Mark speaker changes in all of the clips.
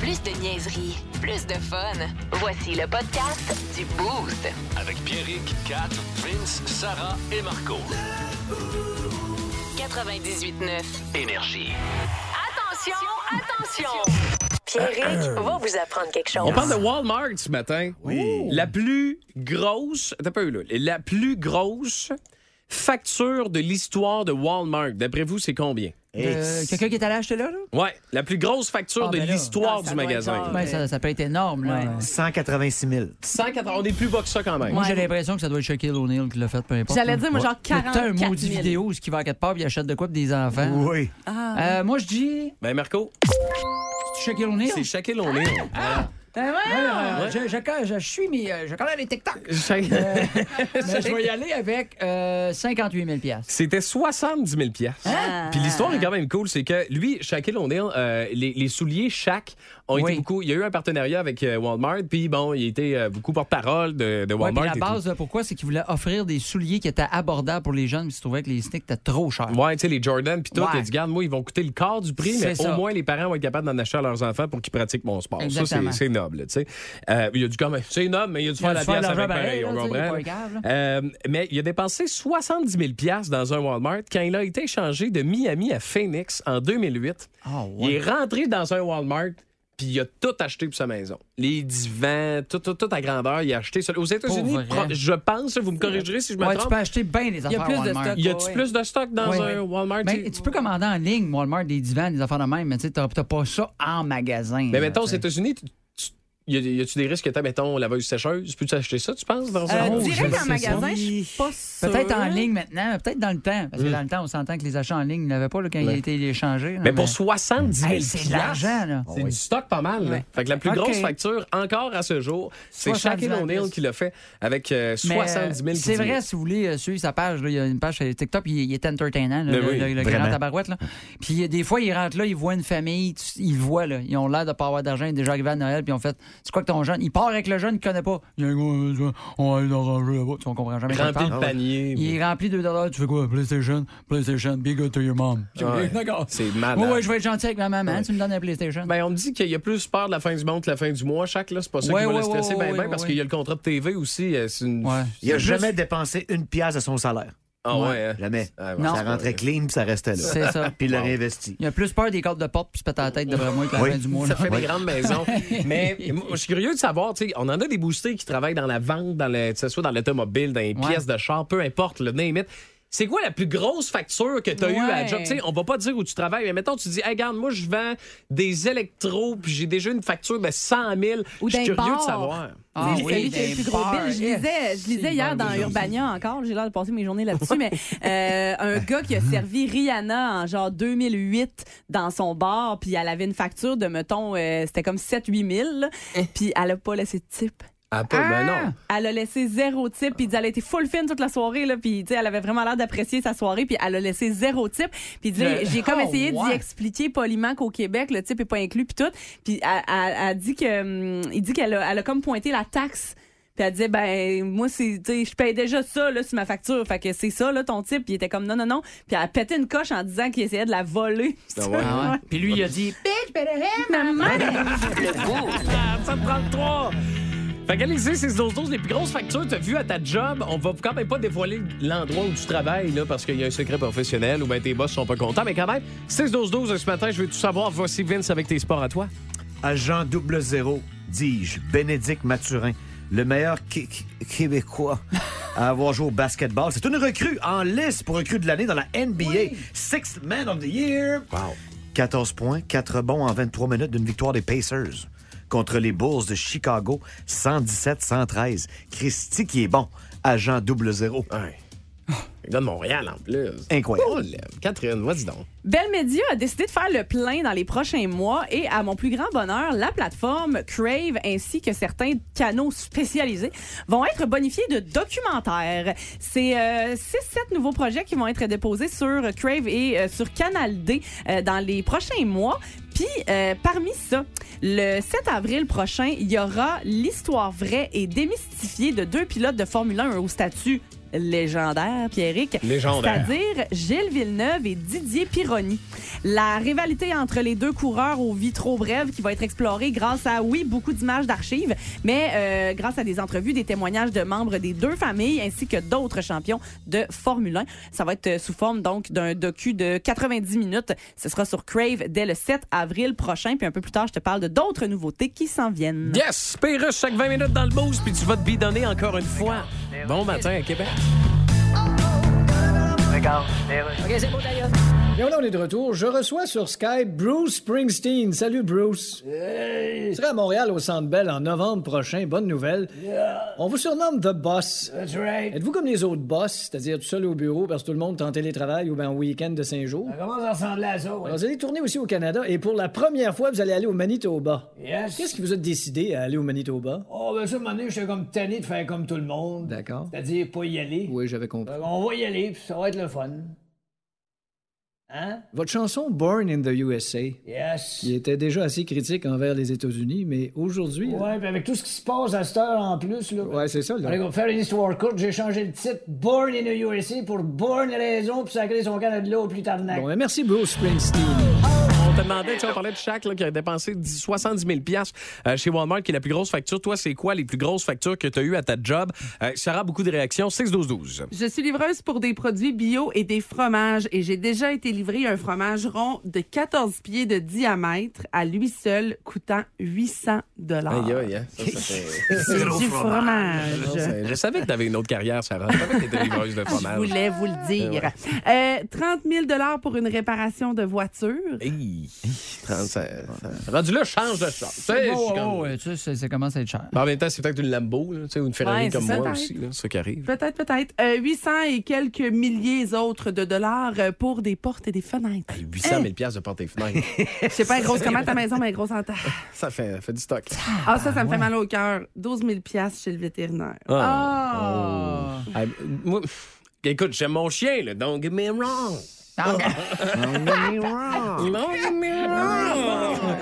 Speaker 1: Plus de niaiserie, plus de fun. Voici le podcast du Boost.
Speaker 2: Avec Pierrick, Kat, Vince, Sarah et Marco.
Speaker 1: 98.9.
Speaker 2: Énergie.
Speaker 1: Attention, attention! Pierrick va vous apprendre quelque chose.
Speaker 3: On parle de Walmart ce matin.
Speaker 4: Oui.
Speaker 3: La plus grosse, t'as pas eu là, la plus grosse facture de l'histoire de Walmart. D'après vous, c'est combien?
Speaker 4: Euh,
Speaker 5: Euh, Quelqu'un qui est allé acheter là, là?
Speaker 3: Ouais, la plus grosse facture
Speaker 5: Ah,
Speaker 3: de
Speaker 5: ben là.
Speaker 3: l'histoire
Speaker 6: Non, ça
Speaker 3: du
Speaker 6: doit être
Speaker 3: magasin.
Speaker 6: genre-
Speaker 5: Ouais, ça, ça peut être énorme, là.
Speaker 6: Ouais.
Speaker 4: 186 000.
Speaker 3: 180, on est plus bas que ça quand même.
Speaker 5: Moi,
Speaker 6: Ouais.
Speaker 5: j'ai l'impression que ça doit être Shaquille O'Neal qui l'a fait, peu importe.
Speaker 6: J'allais dire, moi, genre
Speaker 5: Il y a tout le temps
Speaker 6: 44
Speaker 5: un maudit
Speaker 6: 000.
Speaker 5: vidéo où ce qui va à quatre parts puis il achète de quoi pour des enfants.
Speaker 4: Oui.
Speaker 5: Euh, moi, je dis
Speaker 3: Ben Marco,
Speaker 5: Shaquille O'Neal.
Speaker 3: c'est Shaquille O'Neal.
Speaker 5: Ben ouais, euh, Je, je- je suis, mais euh, je connais les TikTok.
Speaker 3: Shaquille-
Speaker 5: Euh. Mais je vais y aller avec euh, 58 000 piastres.
Speaker 3: C'était 70 000 pièces.
Speaker 5: Ah.
Speaker 3: Puis l'histoire est quand même cool, c'est que lui, Shaquille O'Neal, euh, les, les souliers chaque ont
Speaker 5: Oui.
Speaker 3: été beaucoup. Il y a eu un partenariat avec euh, Walmart, puis bon, il était euh, beaucoup porte-parole de, de
Speaker 5: Ouais,
Speaker 3: Walmart.
Speaker 5: puis la
Speaker 3: et
Speaker 5: base, là, pourquoi, c'est qu'ils voulaient offrir des souliers qui étaient abordables pour les jeunes, mais ils se trouvaient que les sneakers étaient trop chers.
Speaker 3: tout. Ouais, tu sais, les Jordan, puis tout,
Speaker 5: Ouais.
Speaker 3: il a dit, garde, moi, ils vont coûter le quart du prix, mais
Speaker 5: C'est ça.
Speaker 3: au moins, les parents vont être capables d'en acheter à leurs enfants pour qu'ils pratiquent mon sport. Ça,
Speaker 5: Exactement.
Speaker 3: c'est- c'est noble, tu sais. Euh, il a dû quand même. C'est noble, mais il a dû
Speaker 5: Il a
Speaker 3: faire la
Speaker 5: dû faire
Speaker 3: pièce avec
Speaker 5: l'argent
Speaker 3: pareil,
Speaker 5: pareil,
Speaker 3: on
Speaker 5: là, tu sais,
Speaker 3: comprend.
Speaker 5: c'est pas grave,
Speaker 3: Euh, mais il a dépensé 70 000 pièces dans un Walmart quand il a été échangé de Miami à Phoenix en 2008.
Speaker 5: Ah,
Speaker 3: Il est
Speaker 5: ouais.
Speaker 3: rentré dans un Walmart, puis il a tout acheté pour sa maison. Les divans, tout, tout, tout à grandeur, il a acheté ça. Aux États-Unis,
Speaker 5: Pour vrai.
Speaker 3: pro- je pense, vous me corrigerez si je me
Speaker 5: Ouais, tu
Speaker 3: trompe,
Speaker 5: peux acheter bien des affaires.
Speaker 6: y a plus de
Speaker 5: Walmart.
Speaker 6: stock.
Speaker 3: y a-tu
Speaker 6: Ouais.
Speaker 3: plus de stock dans
Speaker 5: Ouais.
Speaker 3: un Walmart?
Speaker 5: Ben,
Speaker 3: Tu-
Speaker 5: tu peux commander en ligne, Walmart, des divans, des affaires de même, mais tu sais, t'as t'as pas ça en magasin.
Speaker 3: Mais
Speaker 5: là,
Speaker 3: Ben, mettons, aux
Speaker 5: tu sais.
Speaker 3: États-Unis, tu- tu- y a- y a-tu des risques que t'as, mettons, laveuse sécheuse? Peux-tu acheter ça, tu penses, dans un
Speaker 6: Euh,
Speaker 5: Oh,
Speaker 6: direct
Speaker 5: je
Speaker 6: en
Speaker 5: sais
Speaker 6: magasin,
Speaker 5: ça.
Speaker 6: je suis pas sûre.
Speaker 5: Peut-être en ligne maintenant, mais peut-être dans le temps. Parce que dans le temps, on s'entend que les achats en ligne, il n'y en avait pas là, quand il a été échangé. là,
Speaker 3: Hmm. Mais pour 70 000
Speaker 5: Hey, c'est de
Speaker 3: piastres,
Speaker 5: l'argent, là.
Speaker 3: C'est du stock pas mal. là. Fait que la plus
Speaker 5: OK.
Speaker 3: grosse facture encore à ce jour, c'est
Speaker 5: 70
Speaker 3: Shaquille
Speaker 5: 000
Speaker 3: O'Neal qui l'a fait avec euh,
Speaker 5: Mais,
Speaker 3: 70 000
Speaker 5: euh, C'est
Speaker 3: couturiers.
Speaker 5: vrai, si vous voulez euh, suivre sa page, là, il y a une page sur TikTok, il, il est entertainant, là,
Speaker 3: Mais
Speaker 5: le,
Speaker 3: Ben oui,
Speaker 5: le- le
Speaker 4: vraiment.
Speaker 5: grand tabarouette. Là. Puis euh, des fois, il rentre là, il voit une famille, tu- il voit, là, ils ont l'air de pas avoir d'argent, ils sont déjà arrivés à Noël, puis on fait C'est quoi que ton jeune Il part avec le jeune, il connaît pas. Il y a un gars, euh, tu vois, on va aller dans le jeu là-bas, Tu sais, on comprend jamais. quoi il
Speaker 3: Rempli
Speaker 5: parle.
Speaker 3: de panier.
Speaker 5: Il est rempli de 2 Tu fais quoi? PlayStation? PlayStation, be good to your mom.
Speaker 3: Ah Ouais.
Speaker 5: D'accord.
Speaker 3: C'est
Speaker 5: Ouais,
Speaker 3: malade.
Speaker 5: ouais, je vais être gentil avec ma maman. Tu me donnes un PlayStation.
Speaker 3: Ben, on me dit qu'il y a plus peur de la fin du monde que la fin du mois. Chaque, là, c'est pas ça
Speaker 5: Ouais,
Speaker 3: qui va
Speaker 5: ouais,
Speaker 3: le stresser
Speaker 5: ouais,
Speaker 3: ben,
Speaker 5: ouais,
Speaker 3: ben,
Speaker 5: ouais,
Speaker 3: parce
Speaker 5: ouais.
Speaker 3: qu'il y a le contrat de TV aussi. euh, C'est une...
Speaker 5: Ouais.
Speaker 4: Il a
Speaker 3: c'est
Speaker 4: jamais
Speaker 3: juste-
Speaker 4: dépensé une pièce de son salaire.
Speaker 3: Ah ouais, hein.
Speaker 4: Jamais.
Speaker 3: Ah,
Speaker 5: Non.
Speaker 4: Ça rentrait clean, puis ça restait là.
Speaker 5: C'est ça.
Speaker 4: Puis il l'a réinvesti.
Speaker 5: Il a plus peur des cartes de porte puis se pète la tête devant moi que la
Speaker 4: Oui.
Speaker 5: fin du mois.
Speaker 3: Ça
Speaker 5: là.
Speaker 3: fait des grandes maisons. Mais moi, je suis curieux de savoir, tu sais, on en a des boostés qui travaillent dans la vente, dans le, que ce soit dans l'automobile, dans les
Speaker 5: Ouais.
Speaker 3: pièces de char, peu importe, le name it. C'est quoi la plus grosse facture que tu as
Speaker 6: Ouais.
Speaker 3: eue à la job? Tu sais, on va pas dire où tu travailles, mais mettons, tu dis, hey, regarde, moi, je vends des électros, puis j'ai déjà une facture de 100 000.
Speaker 6: Ou
Speaker 3: je suis
Speaker 6: d'un
Speaker 3: curieux
Speaker 6: bar.
Speaker 3: de savoir.
Speaker 5: Ah
Speaker 6: Tu sais,
Speaker 5: oui,
Speaker 6: celui qui a le plus
Speaker 5: des
Speaker 6: gros
Speaker 5: bars.
Speaker 6: bill. Je lisais, je lisais
Speaker 5: C'est
Speaker 6: hier
Speaker 5: une
Speaker 6: dans
Speaker 5: bonne chose.
Speaker 6: Urbania encore, j'ai l'air de passer mes journées là-dessus, mais euh, un gars qui a servi Rihanna en genre 2008 dans son bar, puis elle avait une facture de, mettons, euh, c'était comme 7-8 000, là,
Speaker 5: Eh.
Speaker 6: puis elle a pas laissé de type.
Speaker 3: Ah, pas, ben non.
Speaker 6: Elle a laissé zéro type, puis elle a été full fine toute la soirée, là, puis tu sais, elle avait vraiment l'air d'apprécier sa soirée, puis elle a laissé zéro type. Puis il dit,
Speaker 5: Le-
Speaker 6: j'ai comme
Speaker 5: Oh,
Speaker 6: essayé d'y
Speaker 5: ouais.
Speaker 6: expliquer poliment qu'au Québec, le type est pas inclus, puis tout. Puis elle, elle- elle dit que, hum, il dit qu'elle a, elle a comme pointé la taxe. Puis elle disait, ben, moi, c'est, tu sais, je paye déjà ça, là, sur ma facture. Fait que c'est ça, là, ton type. Puis il était comme, non, non, non. Puis elle a pété une coche en disant qu'il essayait de la voler.
Speaker 3: Ah ouais.
Speaker 5: Ah ouais. Puis lui, il a dit
Speaker 1: Le Boost.
Speaker 3: Ça te prend le trois. Fait qu'Alexis, c'est 12 12 les plus grosses factures que tu as vues à ta job. On va quand même pas dévoiler l'endroit où tu travailles, là, parce qu'il y a un secret professionnel ou bien tes boss sont pas contents. Mais quand même, 6-12-12 euh, ce matin, je veux tout savoir. Voici Vince avec tes sports à toi.
Speaker 4: Agent double zéro, dis-je, Bénédicte Mathurin, le meilleur Qué- Qué- Québécois à avoir joué au basketball. C'est une recrue en lice pour recrue de l'année dans la NBA. Sixth Man of the Year. 14 points, 4 bons en 23 minutes d'une victoire des Pacers contre les Bulls de Chicago, 117-113. Christy qui est bon, agent double zéro.
Speaker 3: Hein. Donne Montréal en plus.
Speaker 4: Incroyable.
Speaker 3: Oh, là. Catherine, vas-y donc.
Speaker 6: Bell Media a décidé de faire le plein dans les prochains mois et, à mon plus grand bonheur, la plateforme Crave ainsi que certains canaux spécialisés vont être bonifiés de documentaires. C'est 6-7 nouveaux projets qui vont être déposés sur Crave et euh, sur Canal D euh, dans les prochains mois. Puis, euh, parmi ça, le 7 avril prochain, il y aura l'histoire vraie et démystifiée de deux pilotes de Formule 1 au statut légendaire, Pierrick.
Speaker 3: Légendaire.
Speaker 6: C'est-à-dire Gilles Villeneuve et Didier Pironi. La rivalité entre les deux coureurs aux vies trop brèves qui va être explorée grâce à, oui, beaucoup d'images d'archives, mais euh, grâce à des entrevues, des témoignages de membres des deux familles ainsi que d'autres champions de Formule 1. Ça va être euh, sous forme donc d'un docu de 90 minutes. Ce sera sur Crave dès le 7 avril prochain. Puis un peu plus tard, je te parle de d'autres nouveautés qui s'en viennent.
Speaker 3: Yes! Pérusse chaque 20 minutes dans le boost, puis tu vas te bidonner encore une fois. Bon matin à Québec.
Speaker 7: Et voilà, on est de retour. Je reçois sur Skype Bruce Springsteen. Salut, Bruce. Tu seras à Montréal au Centre Bell en novembre prochain. Bonne nouvelle. On vous surnomme The Boss. Êtes-vous comme les autres boss, c'est-à-dire tout seul au bureau parce que tout le monde est en télétravail ou bien en week-end de cinq jours? Alors, vous allez tourner aussi au Canada et pour la première fois, vous allez aller au Manitoba. Qu'est-ce qui vous a décidé à aller au Manitoba?
Speaker 8: Oh, ben ça, un moment donné, j'étais comme tanné de faire comme tout le monde.
Speaker 7: D'accord.
Speaker 8: C'est-à-dire pas y aller.
Speaker 7: Oui, j'avais compris.
Speaker 8: Fait qu'on va y aller, puis ça va être le fun. Hein?
Speaker 7: Votre chanson Born in the USA,
Speaker 8: Yes.
Speaker 7: qui était déjà assez critique envers les États-Unis, mais aujourd'hui. là-
Speaker 8: Ouais, puis avec tout ce qui se passe à cette heure en plus, là.
Speaker 7: Ouais, c'est ça. là.
Speaker 8: Allez, on va faire une histoire courte. J'ai changé le titre Born in the USA pour Born raison, puis sacrer son Canada là au plus tard.
Speaker 7: Bon, ben, merci, Bruce Springsteen.
Speaker 3: On te demandait, tu sais, on parlait de Shaq là, qui a dépensé 10 70 000 euh, chez Walmart, qui est la plus grosse facture. Toi, c'est quoi les plus grosses factures que tu as eues à ta job? Euh, Sarah, beaucoup de réactions. 6-12-12.
Speaker 9: Je suis livreuse pour des produits bio et des fromages et j'ai déjà été livré un fromage rond de 14 pieds de diamètre à lui seul coûtant 800 dollars. C'est du fromage.
Speaker 3: Je savais que tu avais une autre carrière, Sarah. Je savais que tu étais livreuse de
Speaker 9: Je
Speaker 3: fromage.
Speaker 9: voulais vous le dire. Euh, 30 000 dollars pour une réparation de voiture.
Speaker 3: Hey, 35. Rendu là, change de char. Tu sais, je suis
Speaker 5: Oh,
Speaker 3: comme-
Speaker 5: oh, ouais, tu sais, ça- ça commence à être cher.
Speaker 3: En même temps, c'est peut-être une Lambo là, tu sais, ou une Ferrari
Speaker 6: Ouais, c'est
Speaker 3: comme
Speaker 6: ça,
Speaker 3: moi
Speaker 9: pareil.
Speaker 3: aussi. là, C'est ça qui arrive.
Speaker 9: Peut-être, peut-être. Euh, 800 et quelques milliers autres de dollars euh, pour des portes et des fenêtres.
Speaker 3: 800 000 de porte et fenêtre.
Speaker 9: Je sais pas, elle est grosse comment ta maison, mais elle est grosse en temps.
Speaker 3: ça fait, fait du stock.
Speaker 9: Ah, ça, ça me fait mal au cœur. 12 000 piastres chez le vétérinaire.
Speaker 3: Ah. Ah, moi, écoute, j'aime mon chien, là. Don't get me wrong. Ah. Don't get me wrong.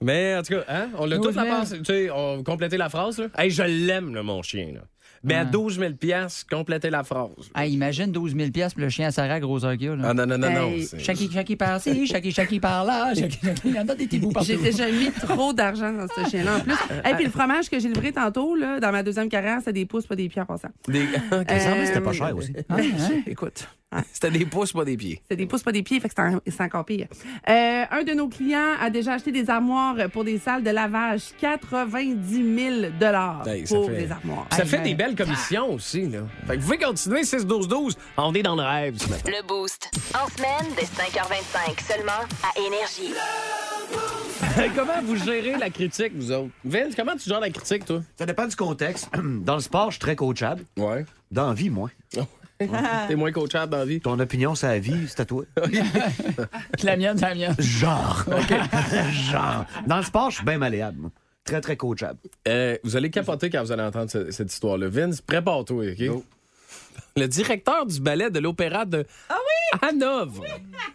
Speaker 3: Mais en tout cas, hein, on l'a
Speaker 5: 12
Speaker 3: toute
Speaker 5: 000.
Speaker 3: la pensée. Tu sais, on complété la phrase, là. Hey, je l'aime, là, mon chien, là. Mais à 12 000 compléter la phrase.
Speaker 5: Ah, imagine 12 000 piastres pour le chien à Sarah, gros orgueil.
Speaker 3: Ah
Speaker 5: Là.
Speaker 3: non, non, non, non.
Speaker 9: Hey,
Speaker 3: c'est-
Speaker 5: Chaki, chaki par-ci, chaki, chaki par-là, chaki, chaki, il y en a des petits
Speaker 3: Ah,
Speaker 5: bouts partout.
Speaker 9: J'ai déjà mis trop d'argent dans ce chien-là. En plus,
Speaker 3: Euh,
Speaker 9: et puis le fromage que j'ai livré tantôt, là, dans ma deuxième carrière, c'est des pouces, pas des pieds en passant.
Speaker 3: Des... Ok, ça, mais c'était pas cher.
Speaker 4: aussi.
Speaker 5: Hein,
Speaker 3: Euh,
Speaker 5: hein?
Speaker 3: Écoute, c'était des pouces, pas des pieds.
Speaker 9: C'est des pouces, pas des pieds, fait que c'est en- c'est encore pire. Euh, un de nos clients a déjà acheté des armoires pour des salles de lavage. 90 000 dollars
Speaker 3: Hey, ça
Speaker 9: pour
Speaker 3: fait-
Speaker 9: des armoires.
Speaker 3: Ça fait
Speaker 5: mais-
Speaker 3: des belles commissions aussi, là. Fait que vous pouvez continuer 6-12-12. On est dans le rêve ce matin.
Speaker 1: Le Boost. En semaine, dès 5h25, seulement à Énergie.
Speaker 3: Hey, comment vous gérez la critique, vous autres? Vince, comment tu gères la critique, toi?
Speaker 4: Ça dépend du contexte. Dans le sport, je suis très coachable.
Speaker 3: Ouais.
Speaker 4: Dans la vie, moins.
Speaker 3: T'es moins coachable dans la vie.
Speaker 4: Ton opinion, c'est la vie, c'est à toi.
Speaker 5: La mienne, la mienne.
Speaker 4: Genre. Genre. Dans le sport, je suis bien malléable. moi. Très, très coachable.
Speaker 3: Euh, vous allez capoter quand vous allez entendre ce- cette histoire-là. Vince, prépare-toi, OK? Le directeur du ballet de l'opéra de
Speaker 5: Ah
Speaker 3: Hanovre.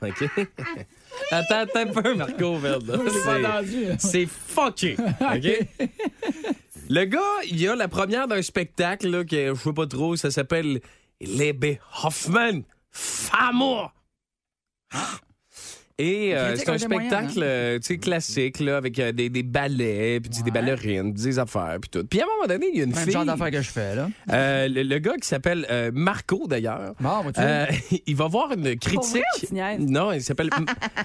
Speaker 3: OK? Attends, attends un peu, Marco Verda. C'est-
Speaker 5: hein?
Speaker 3: C'est fucké. OK? Le gars, il y a la première d'un spectacle là, que je sais pas trop, ça s'appelle Lebe Hoffman. Famo!
Speaker 5: Ah!
Speaker 3: Et euh,
Speaker 5: Critique
Speaker 3: c'est un
Speaker 5: avec des moyens,
Speaker 3: spectacle euh, tu sais, classique là, avec euh, des, des ballets, puis des ballerines, puis des affaires, puis tout. Puis à un moment donné, il y a une
Speaker 5: Même
Speaker 3: fille,
Speaker 5: Ben, genre d'affaires que je fais, là.
Speaker 3: euh, le, le gars qui s'appelle euh, Marco d'ailleurs,
Speaker 5: Bon, vas-tu?
Speaker 3: euh, il va voir
Speaker 6: Pour
Speaker 3: une
Speaker 6: vrai,
Speaker 3: critique.
Speaker 6: ou tu niaises?
Speaker 3: non, il s'appelle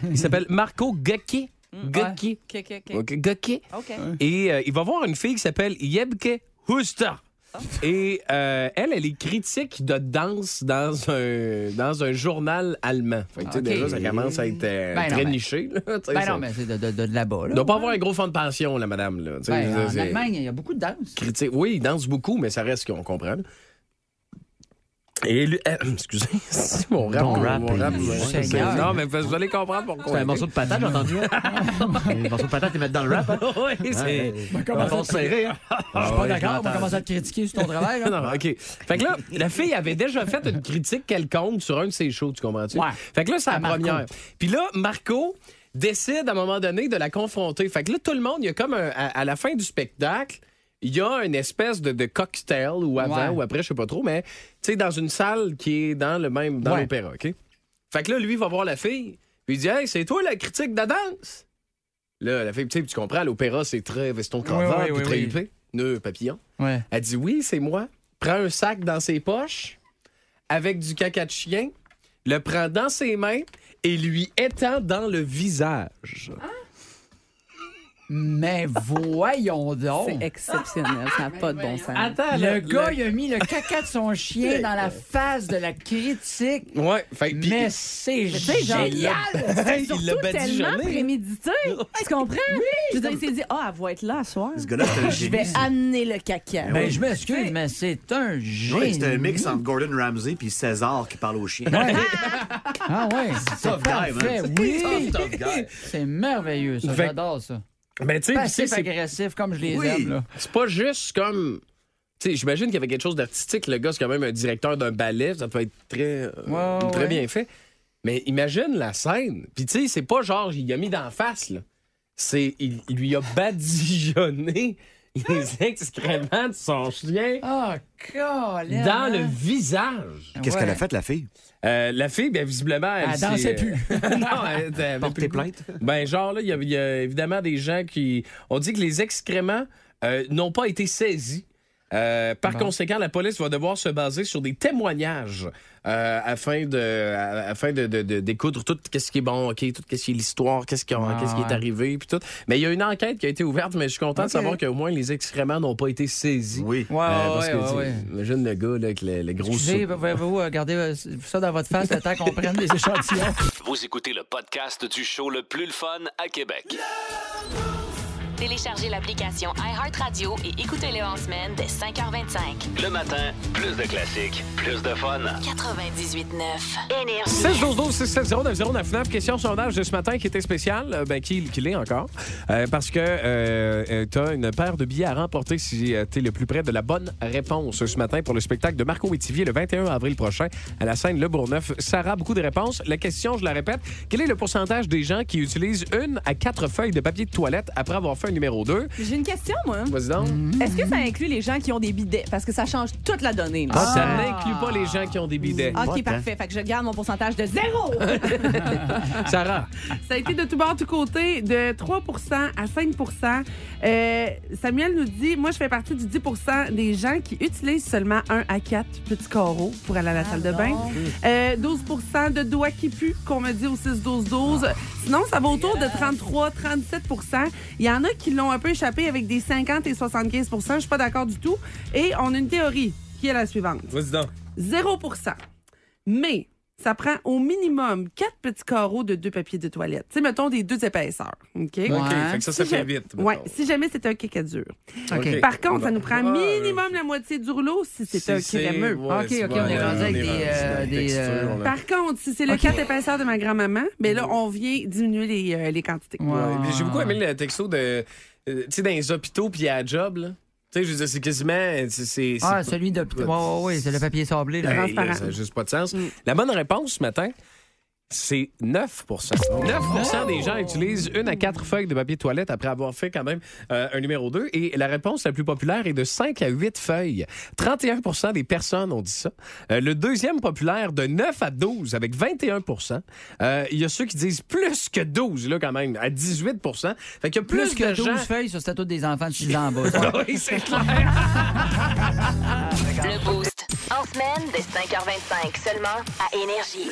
Speaker 3: il s'appelle Marco Gocchi.
Speaker 5: Mm,
Speaker 3: Gocchi.
Speaker 6: OK, OK, OK.
Speaker 3: Ok, Gocchi.
Speaker 6: OK.
Speaker 3: Et euh, il va voir une fille qui s'appelle Yebke Husta.
Speaker 5: Ah.
Speaker 3: Et euh, elle, elle est critique de danse dans un, dans un journal allemand. Fait que, tu sais,
Speaker 5: Ok.
Speaker 3: déjà, ça commence à être euh,
Speaker 5: Ben non,
Speaker 3: très
Speaker 5: ben-
Speaker 3: niché. Là, tu sais,
Speaker 5: Ben
Speaker 3: ça-
Speaker 5: non, mais c'est de, de, de, de là-bas, là.
Speaker 3: Elle doit pas avoir un gros fond de pension, la madame. Là, tu sais,
Speaker 5: Ben,
Speaker 3: je veux dire,
Speaker 5: en
Speaker 3: c'est-
Speaker 5: Allemagne, il y a beaucoup de danse.
Speaker 3: critique. Oui, il danse beaucoup, mais ça reste qu'on comprend. Et lui, euh, excusez, c'est mon rap.
Speaker 4: Ton
Speaker 3: mon
Speaker 4: rap est-
Speaker 3: rap, ouais.
Speaker 5: Seigneur.
Speaker 3: Non, mais vous allez comprendre pourquoi.
Speaker 4: C'est un morceau de patate, j'ai entendu. un morceau de patate, ils mettent dans le rap. Hein?
Speaker 3: Oui, c'est.
Speaker 5: Ben,
Speaker 4: Comment ça serré, hein?
Speaker 5: Je suis pas d'accord, on va commencer à te critiquer sur ton travail. là.
Speaker 3: Non, non, OK. Fait que là, la fille avait déjà fait une critique quelconque sur un de ses shows, tu comprends-tu?
Speaker 5: Ouais.
Speaker 3: Fait que là, c'est
Speaker 5: À
Speaker 3: la
Speaker 5: Marco.
Speaker 3: première. Puis là, Marco décide à un moment donné de la confronter. Fait que là, tout le monde, il y a comme un- à, à la fin du spectacle, il y a une espèce de, de cocktail ou avant
Speaker 5: Ouais.
Speaker 3: ou après, je sais pas trop, mais tu sais, dans une salle qui est dans le même, dans
Speaker 5: Ouais.
Speaker 3: l'opéra, OK? Fait que là, lui, il va voir la fille, puis il dit Hey, c'est toi la critique de la danse? Là, la fille, tu sais, tu comprends, l'opéra, c'est très veston cravate,
Speaker 5: oui,
Speaker 3: puis
Speaker 5: oui,
Speaker 3: très
Speaker 5: oui.
Speaker 3: huppé, nœud papillon.
Speaker 5: Ouais.
Speaker 3: Elle dit Oui, c'est moi. Prends un sac dans ses poches avec du caca de chien, le prend dans ses mains et lui étend dans le visage.
Speaker 5: Mais voyons
Speaker 6: C'est
Speaker 3: Oh.
Speaker 5: donc.
Speaker 6: exceptionnel, ça n'a pas de bon sens.
Speaker 5: Attends, le, gars, il a mis le caca de son chien dans la face de la critique.
Speaker 3: Ouais, fait Ben, puis-
Speaker 5: Mais c'est
Speaker 6: Mais tu sais, genre,
Speaker 5: génial.
Speaker 6: C'est
Speaker 3: Il
Speaker 6: surtout
Speaker 3: l'a
Speaker 6: tellement
Speaker 3: badigeonné. hein.
Speaker 6: prémédité. Tu comprends? Je veux dire, il s'est dit, ah, elle va être là ce soir.
Speaker 4: Ce gars-là, c'est un
Speaker 6: Je
Speaker 4: génie.
Speaker 6: vais amener le caca.
Speaker 5: Ben, je m'excuse, mais c'est un génie.
Speaker 4: Oui, c'est un mix entre Gordon Ramsay puis César qui parle au chien.
Speaker 5: Ouais. ah ouais, c'est
Speaker 4: Tough guy,
Speaker 5: parfait.
Speaker 4: man.
Speaker 5: Oui,
Speaker 4: Tough guy.
Speaker 5: c'est merveilleux, ça.
Speaker 3: Fait-
Speaker 5: J'adore ça.
Speaker 3: Mais tu sais, puis c'est-
Speaker 5: Passif
Speaker 3: c'est
Speaker 5: agressif comme je les
Speaker 4: Oui.
Speaker 5: aime. Là.
Speaker 3: C'est pas juste comme. Tu sais, j'imagine qu'il y avait quelque chose d'artistique. Le gars, c'est quand même un directeur d'un ballet. Ça peut être très, euh,
Speaker 5: Ouais,
Speaker 3: très
Speaker 5: ouais.
Speaker 3: bien fait. Mais imagine la scène. Puis, tu sais, c'est pas genre, il a mis d'en face, là. C'est, il, il lui a badigeonné les excréments de son chien
Speaker 5: Ah, câlin,
Speaker 3: dans le
Speaker 5: hein.
Speaker 3: visage.
Speaker 4: Qu'est-ce qu'elle a
Speaker 5: Ouais.
Speaker 4: fait, la fille?
Speaker 3: Euh, la fille, bien, visiblement, elle.
Speaker 5: Elle dansait
Speaker 3: s'est-
Speaker 5: plus.
Speaker 3: non, elle, elle avait plus
Speaker 4: Porter
Speaker 3: le goût.
Speaker 4: plainte?
Speaker 3: Ben, genre, là, il y, a- il y a évidemment des gens qui. On dit que les excréments euh, n'ont pas été saisis. Euh, par
Speaker 5: Bon.
Speaker 3: conséquent, la police va devoir se baser sur des témoignages euh, afin de à- afin de, de- de- découdre tout qu'est-ce qui est bon, ok, tout qu'est-ce qui est l'histoire, qu'est-ce qui,
Speaker 5: Ah,
Speaker 3: qu'est-ce qui est
Speaker 5: ouais.
Speaker 3: arrivé, puis tout. Mais il y a une enquête qui a été ouverte, mais je suis content de
Speaker 5: Ok.
Speaker 3: savoir qu'au moins les excréments n'ont pas été saisis.
Speaker 4: Oui.
Speaker 5: Ouais,
Speaker 3: Euh,
Speaker 5: ouais,
Speaker 3: que,
Speaker 5: ouais,
Speaker 3: tu sais,
Speaker 5: ouais.
Speaker 3: Imagine le gars là, avec les, les gros
Speaker 5: Excusez,
Speaker 3: sou-
Speaker 5: pouvez-vous euh, garder euh, ça dans votre face le temps qu'on prenne des échantillons?
Speaker 2: Vous écoutez le podcast du show le plus le fun à Québec.
Speaker 1: Téléchargez l'application iHeartRadio et écoutez-le en semaine dès 5h25.
Speaker 2: Le matin, plus de classiques, plus de fun.
Speaker 1: 98.9. Énergie.
Speaker 3: 16 12 12 6 7 0 9 0 9 9 question sondage de ce matin qui était spécial euh, ben qui, qui l'est encore Euh, parce que euh, euh, t'as une paire de billets à remporter si euh, t'es le plus près de la bonne réponse ce matin pour le spectacle de Marco Métivier le 21 avril prochain à la scène Le Bourgneuf Sarah beaucoup de réponses la question je la répète quel est le pourcentage des gens qui utilisent une à quatre feuilles de papier de toilette après avoir fait un numéro 2
Speaker 6: J'ai une question, moi.
Speaker 3: vas-y donc
Speaker 6: Est-ce que ça inclut les gens qui ont des bidets? Parce que ça change toute la donnée. là.
Speaker 3: Ah, ça
Speaker 9: Ah.
Speaker 3: n'inclut pas les gens qui ont des bidets
Speaker 6: OK,
Speaker 4: Pas
Speaker 6: parfait. Fait que je garde mon pourcentage de zéro.
Speaker 3: Sarah
Speaker 9: Ça a été de tout bord, tout côté, de 3 à 5 Euh, Samuel nous dit Moi, je fais partie du 10 des gens qui utilisent seulement un à quatre petits carreaux pour aller à la
Speaker 6: Ah
Speaker 9: salle de bain. Euh, 12 de doigts qui puent, qu'on me dit au 6-12-12. Sinon, ça va autour de 33-37 Il y en a qui l'ont un peu échappé avec des 50 et 75 Je suis pas d'accord du tout. Et on a une théorie qui est la suivante.
Speaker 3: vas-y donc
Speaker 9: 0 Mais ça prend au minimum quatre petits carreaux de deux papiers de toilette. Tu sais, mettons des deux épaisseurs. OK?
Speaker 3: OK
Speaker 5: Ouais.
Speaker 3: fait que ça ça
Speaker 9: Si
Speaker 3: fait
Speaker 9: je-
Speaker 3: vite mettons.
Speaker 9: Ouais, si jamais c'est un cacadur.
Speaker 3: OK.
Speaker 9: Par contre, ça nous prend
Speaker 3: Ouais.
Speaker 9: minimum la moitié du rouleau si c'est
Speaker 3: Si
Speaker 9: un
Speaker 3: c'est-
Speaker 9: crémeux.
Speaker 3: ouais,
Speaker 5: Ok,
Speaker 3: c'est
Speaker 5: ok,
Speaker 3: bon,
Speaker 5: on est rendu avec
Speaker 3: on
Speaker 5: des,
Speaker 3: rendu
Speaker 5: euh,
Speaker 3: dans la
Speaker 5: des,
Speaker 3: texture,
Speaker 5: euh,
Speaker 3: là.
Speaker 9: Par contre, si c'est le
Speaker 5: OK.
Speaker 9: quatre épaisseurs de ma grand-maman, ben
Speaker 3: Mm-hmm.
Speaker 9: là, on vient diminuer les, euh, les quantités.
Speaker 5: Ouais.
Speaker 3: Ouais, mais J'ai beaucoup aimé le texto de. euh, tu sais, dans les hôpitaux puis à la job, là. Tu sais, je veux dire, c'est quasiment. c'est- C'est.
Speaker 5: Ah,
Speaker 3: c'est-
Speaker 5: celui de... Ouais, ouais, ouais, c'est le papier sablé. Là.
Speaker 3: Hey, là,
Speaker 9: transparent.
Speaker 3: ça n'a juste pas de sens.
Speaker 5: Mm.
Speaker 3: La bonne réponse ce matin, c'est 9 9 des gens utilisent une à quatre feuilles de papier de toilette après avoir fait quand même euh, un numéro 2. Et la réponse la plus populaire est de 5 à 8 feuilles. 31 des personnes ont dit ça. Euh, le deuxième populaire, de 9 à 12, avec 21 Euh, Il y a ceux qui disent plus que 12, là, quand même, à 18 Fait qu'il y a plus,
Speaker 5: Plus que
Speaker 3: de
Speaker 5: 12
Speaker 3: gens...
Speaker 5: feuilles, ça, c'était tous des enfants de 6 ans en bas. ça.
Speaker 3: Oui, c'est clair.
Speaker 1: Le Boost. En semaine dès 5h25 seulement à Énergie.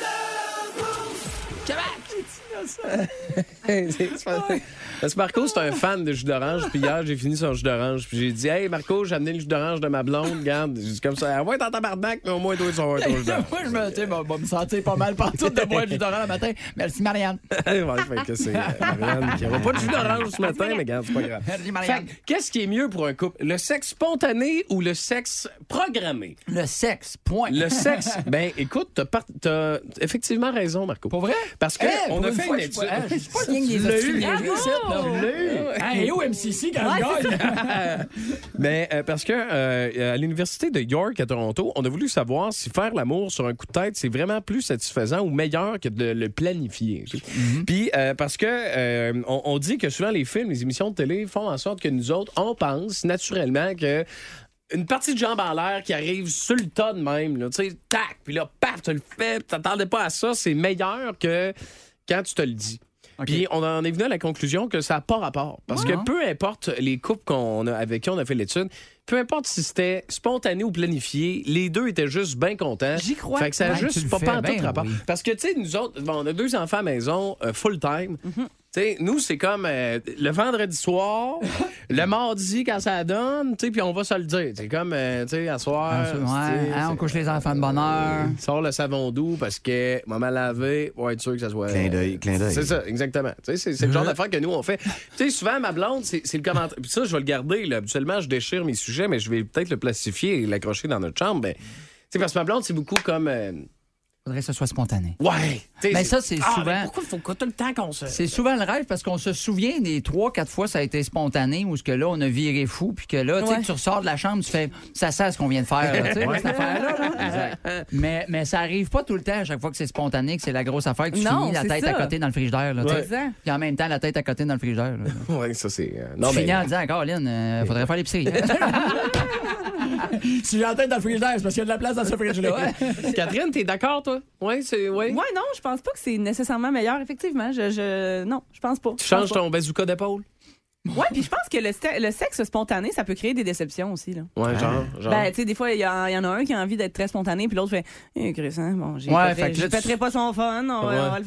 Speaker 3: Parce que Marco, c'est un fan de jus d'orange. Puis hier, j'ai fini son jus d'orange. Puis j'ai dit, Hey, Marco, j'ai amené le jus d'orange de ma blonde. Regarde, j'ai dit comme ça. Ah, Elle va être en tabarnak, mais au moins, toi, tu vas avoir ton jus d'orange.
Speaker 5: Moi, je me, tu sais, moi, moi, me sentais pas mal partout de boire du dorant le matin. Merci, Marianne.
Speaker 3: Ouais, fait que c'est euh, Marianne qui aura pas de jus d'orange ce matin, mais regarde, c'est pas grave.
Speaker 5: Merci,
Speaker 3: Fait
Speaker 5: Marianne.
Speaker 3: que, qu'est-ce qui est mieux pour un couple? Le sexe spontané ou le sexe programmé?
Speaker 5: Le sexe, point.
Speaker 3: Le sexe, ben écoute, t'as, par- t'as effectivement raison, Marco.
Speaker 5: Pour vrai? Eh,
Speaker 3: Parce que on
Speaker 5: pour
Speaker 3: a
Speaker 5: une
Speaker 3: fait
Speaker 5: fois,
Speaker 3: une
Speaker 5: je suis pas-
Speaker 3: étude. Ah,
Speaker 5: hein, Je suis pas le king des études niaiseux, ici, là. Hey, au MCC quand je gagne?
Speaker 3: Mais euh, parce que euh, à l'université de York à Toronto, on a voulu savoir si faire l'amour sur un coup de tête, c'est vraiment plus satisfaisant ou meilleur que de le planifier. tu sais. Puis euh, parce que euh, on, on dit que souvent les films, les émissions de télé font en sorte que nous autres, on pense naturellement que une partie de jambes en l'air qui arrive sur le tas de même, là, tu sais, tac, puis là, paf, tu le fais, puis t'attendais pas à ça, c'est meilleur que quand tu te le dis. Puis on en est venu à la conclusion que ça n'a pas rapport. Parce que peu importe les couples qu'on a, avec qui on a fait l'étude, peu importe si c'était spontané ou planifié, les deux étaient juste bien contents.
Speaker 9: J'y crois.
Speaker 3: Fait que ça a
Speaker 5: Ouais, tu
Speaker 3: juste
Speaker 5: le
Speaker 3: pas,
Speaker 5: fais,
Speaker 3: pas en
Speaker 5: ben
Speaker 3: tout rapport.
Speaker 5: oui.
Speaker 3: Parce que, tu sais, nous autres, bon, on a deux enfants à la maison, euh, full-time.
Speaker 5: Mhm.
Speaker 3: Tu sais, nous, c'est comme euh, le vendredi soir, le mardi quand ça donne, tu sais, puis on va se le dire. C'est comme, euh, tu sais, à soir,
Speaker 5: Ouais,
Speaker 3: tu sais,
Speaker 5: hein, on
Speaker 3: c'est-
Speaker 5: couche les enfants de bonne heure.
Speaker 3: sors le savon doux parce que maman lavé, pour être sûr que ça soit. euh,
Speaker 4: Clin d'œil, clin d'œil.
Speaker 3: C'est ça, exactement. Tu sais, C'est c'est le
Speaker 5: Hein?
Speaker 3: genre d'affaire que nous, on fait. Tu sais, souvent, ma blonde, c'est c'est le commentaire. Puis ça, je vais le garder. Là. Habituellement, je déchire mes sujets, mais je vais peut-être le plastifier et l'accrocher dans notre chambre. Mais, tu sais, parce que ma blonde, c'est beaucoup comme. euh,
Speaker 5: Faudrait que ce soit spontané.
Speaker 3: ouais. tu sais,
Speaker 5: Mais Ben, ça, c'est
Speaker 3: Ah, mais
Speaker 5: souvent-
Speaker 3: pourquoi il faut que tout le temps qu'on se.
Speaker 5: C'est souvent le rêve parce qu'on se souvient des trois, quatre fois ça a été spontané où ce que là on a viré fou puis que là tu sais,
Speaker 9: Ouais.
Speaker 5: tu ressors de la chambre tu fais ça sert ce qu'on vient de faire là, tu sais, cette affaire-là, là. Mais mais ça arrive pas tout le temps à chaque fois que c'est spontané que c'est la grosse affaire que tu
Speaker 9: Non,
Speaker 5: finis la
Speaker 9: c'est
Speaker 5: tête
Speaker 9: ça.
Speaker 5: à côté dans le frigidaire là, tu sais.
Speaker 9: Exact.
Speaker 5: Puis en même temps la tête à côté dans le frigidaire. Là.
Speaker 3: Ouais, ça, c'est. euh,
Speaker 5: Non,
Speaker 3: non,
Speaker 5: tu
Speaker 3: mais.
Speaker 5: finis en disant Caroline, euh, faudrait faire l'épicerie. si j'ai la tête dans le frigidaire c'est parce qu'il y a de la place dans ce frigidaire.
Speaker 3: Catherine, t'es d'accord, toi? Oui, c'est. Ouais.
Speaker 6: Moi, non, je pense pas que c'est nécessairement meilleur, effectivement. Je, je- Non, je pense pas.
Speaker 3: Tu changes ton bazooka d'épaule?
Speaker 6: Ouais, puis je pense que le, ste- le sexe spontané, ça peut créer des déceptions aussi. Là.
Speaker 3: Ouais, genre. genre.
Speaker 6: Ben, tu sais, des fois, il y, en il y en a un qui a envie d'être très spontané, puis l'autre fait Eh, Chris, hein, bon, j'ai
Speaker 5: Ouais,
Speaker 6: pas
Speaker 5: fait
Speaker 6: fait,
Speaker 5: que
Speaker 6: je
Speaker 5: là, tu-
Speaker 6: pèterai pas son fun, on, va-
Speaker 3: Ouais.
Speaker 6: on va le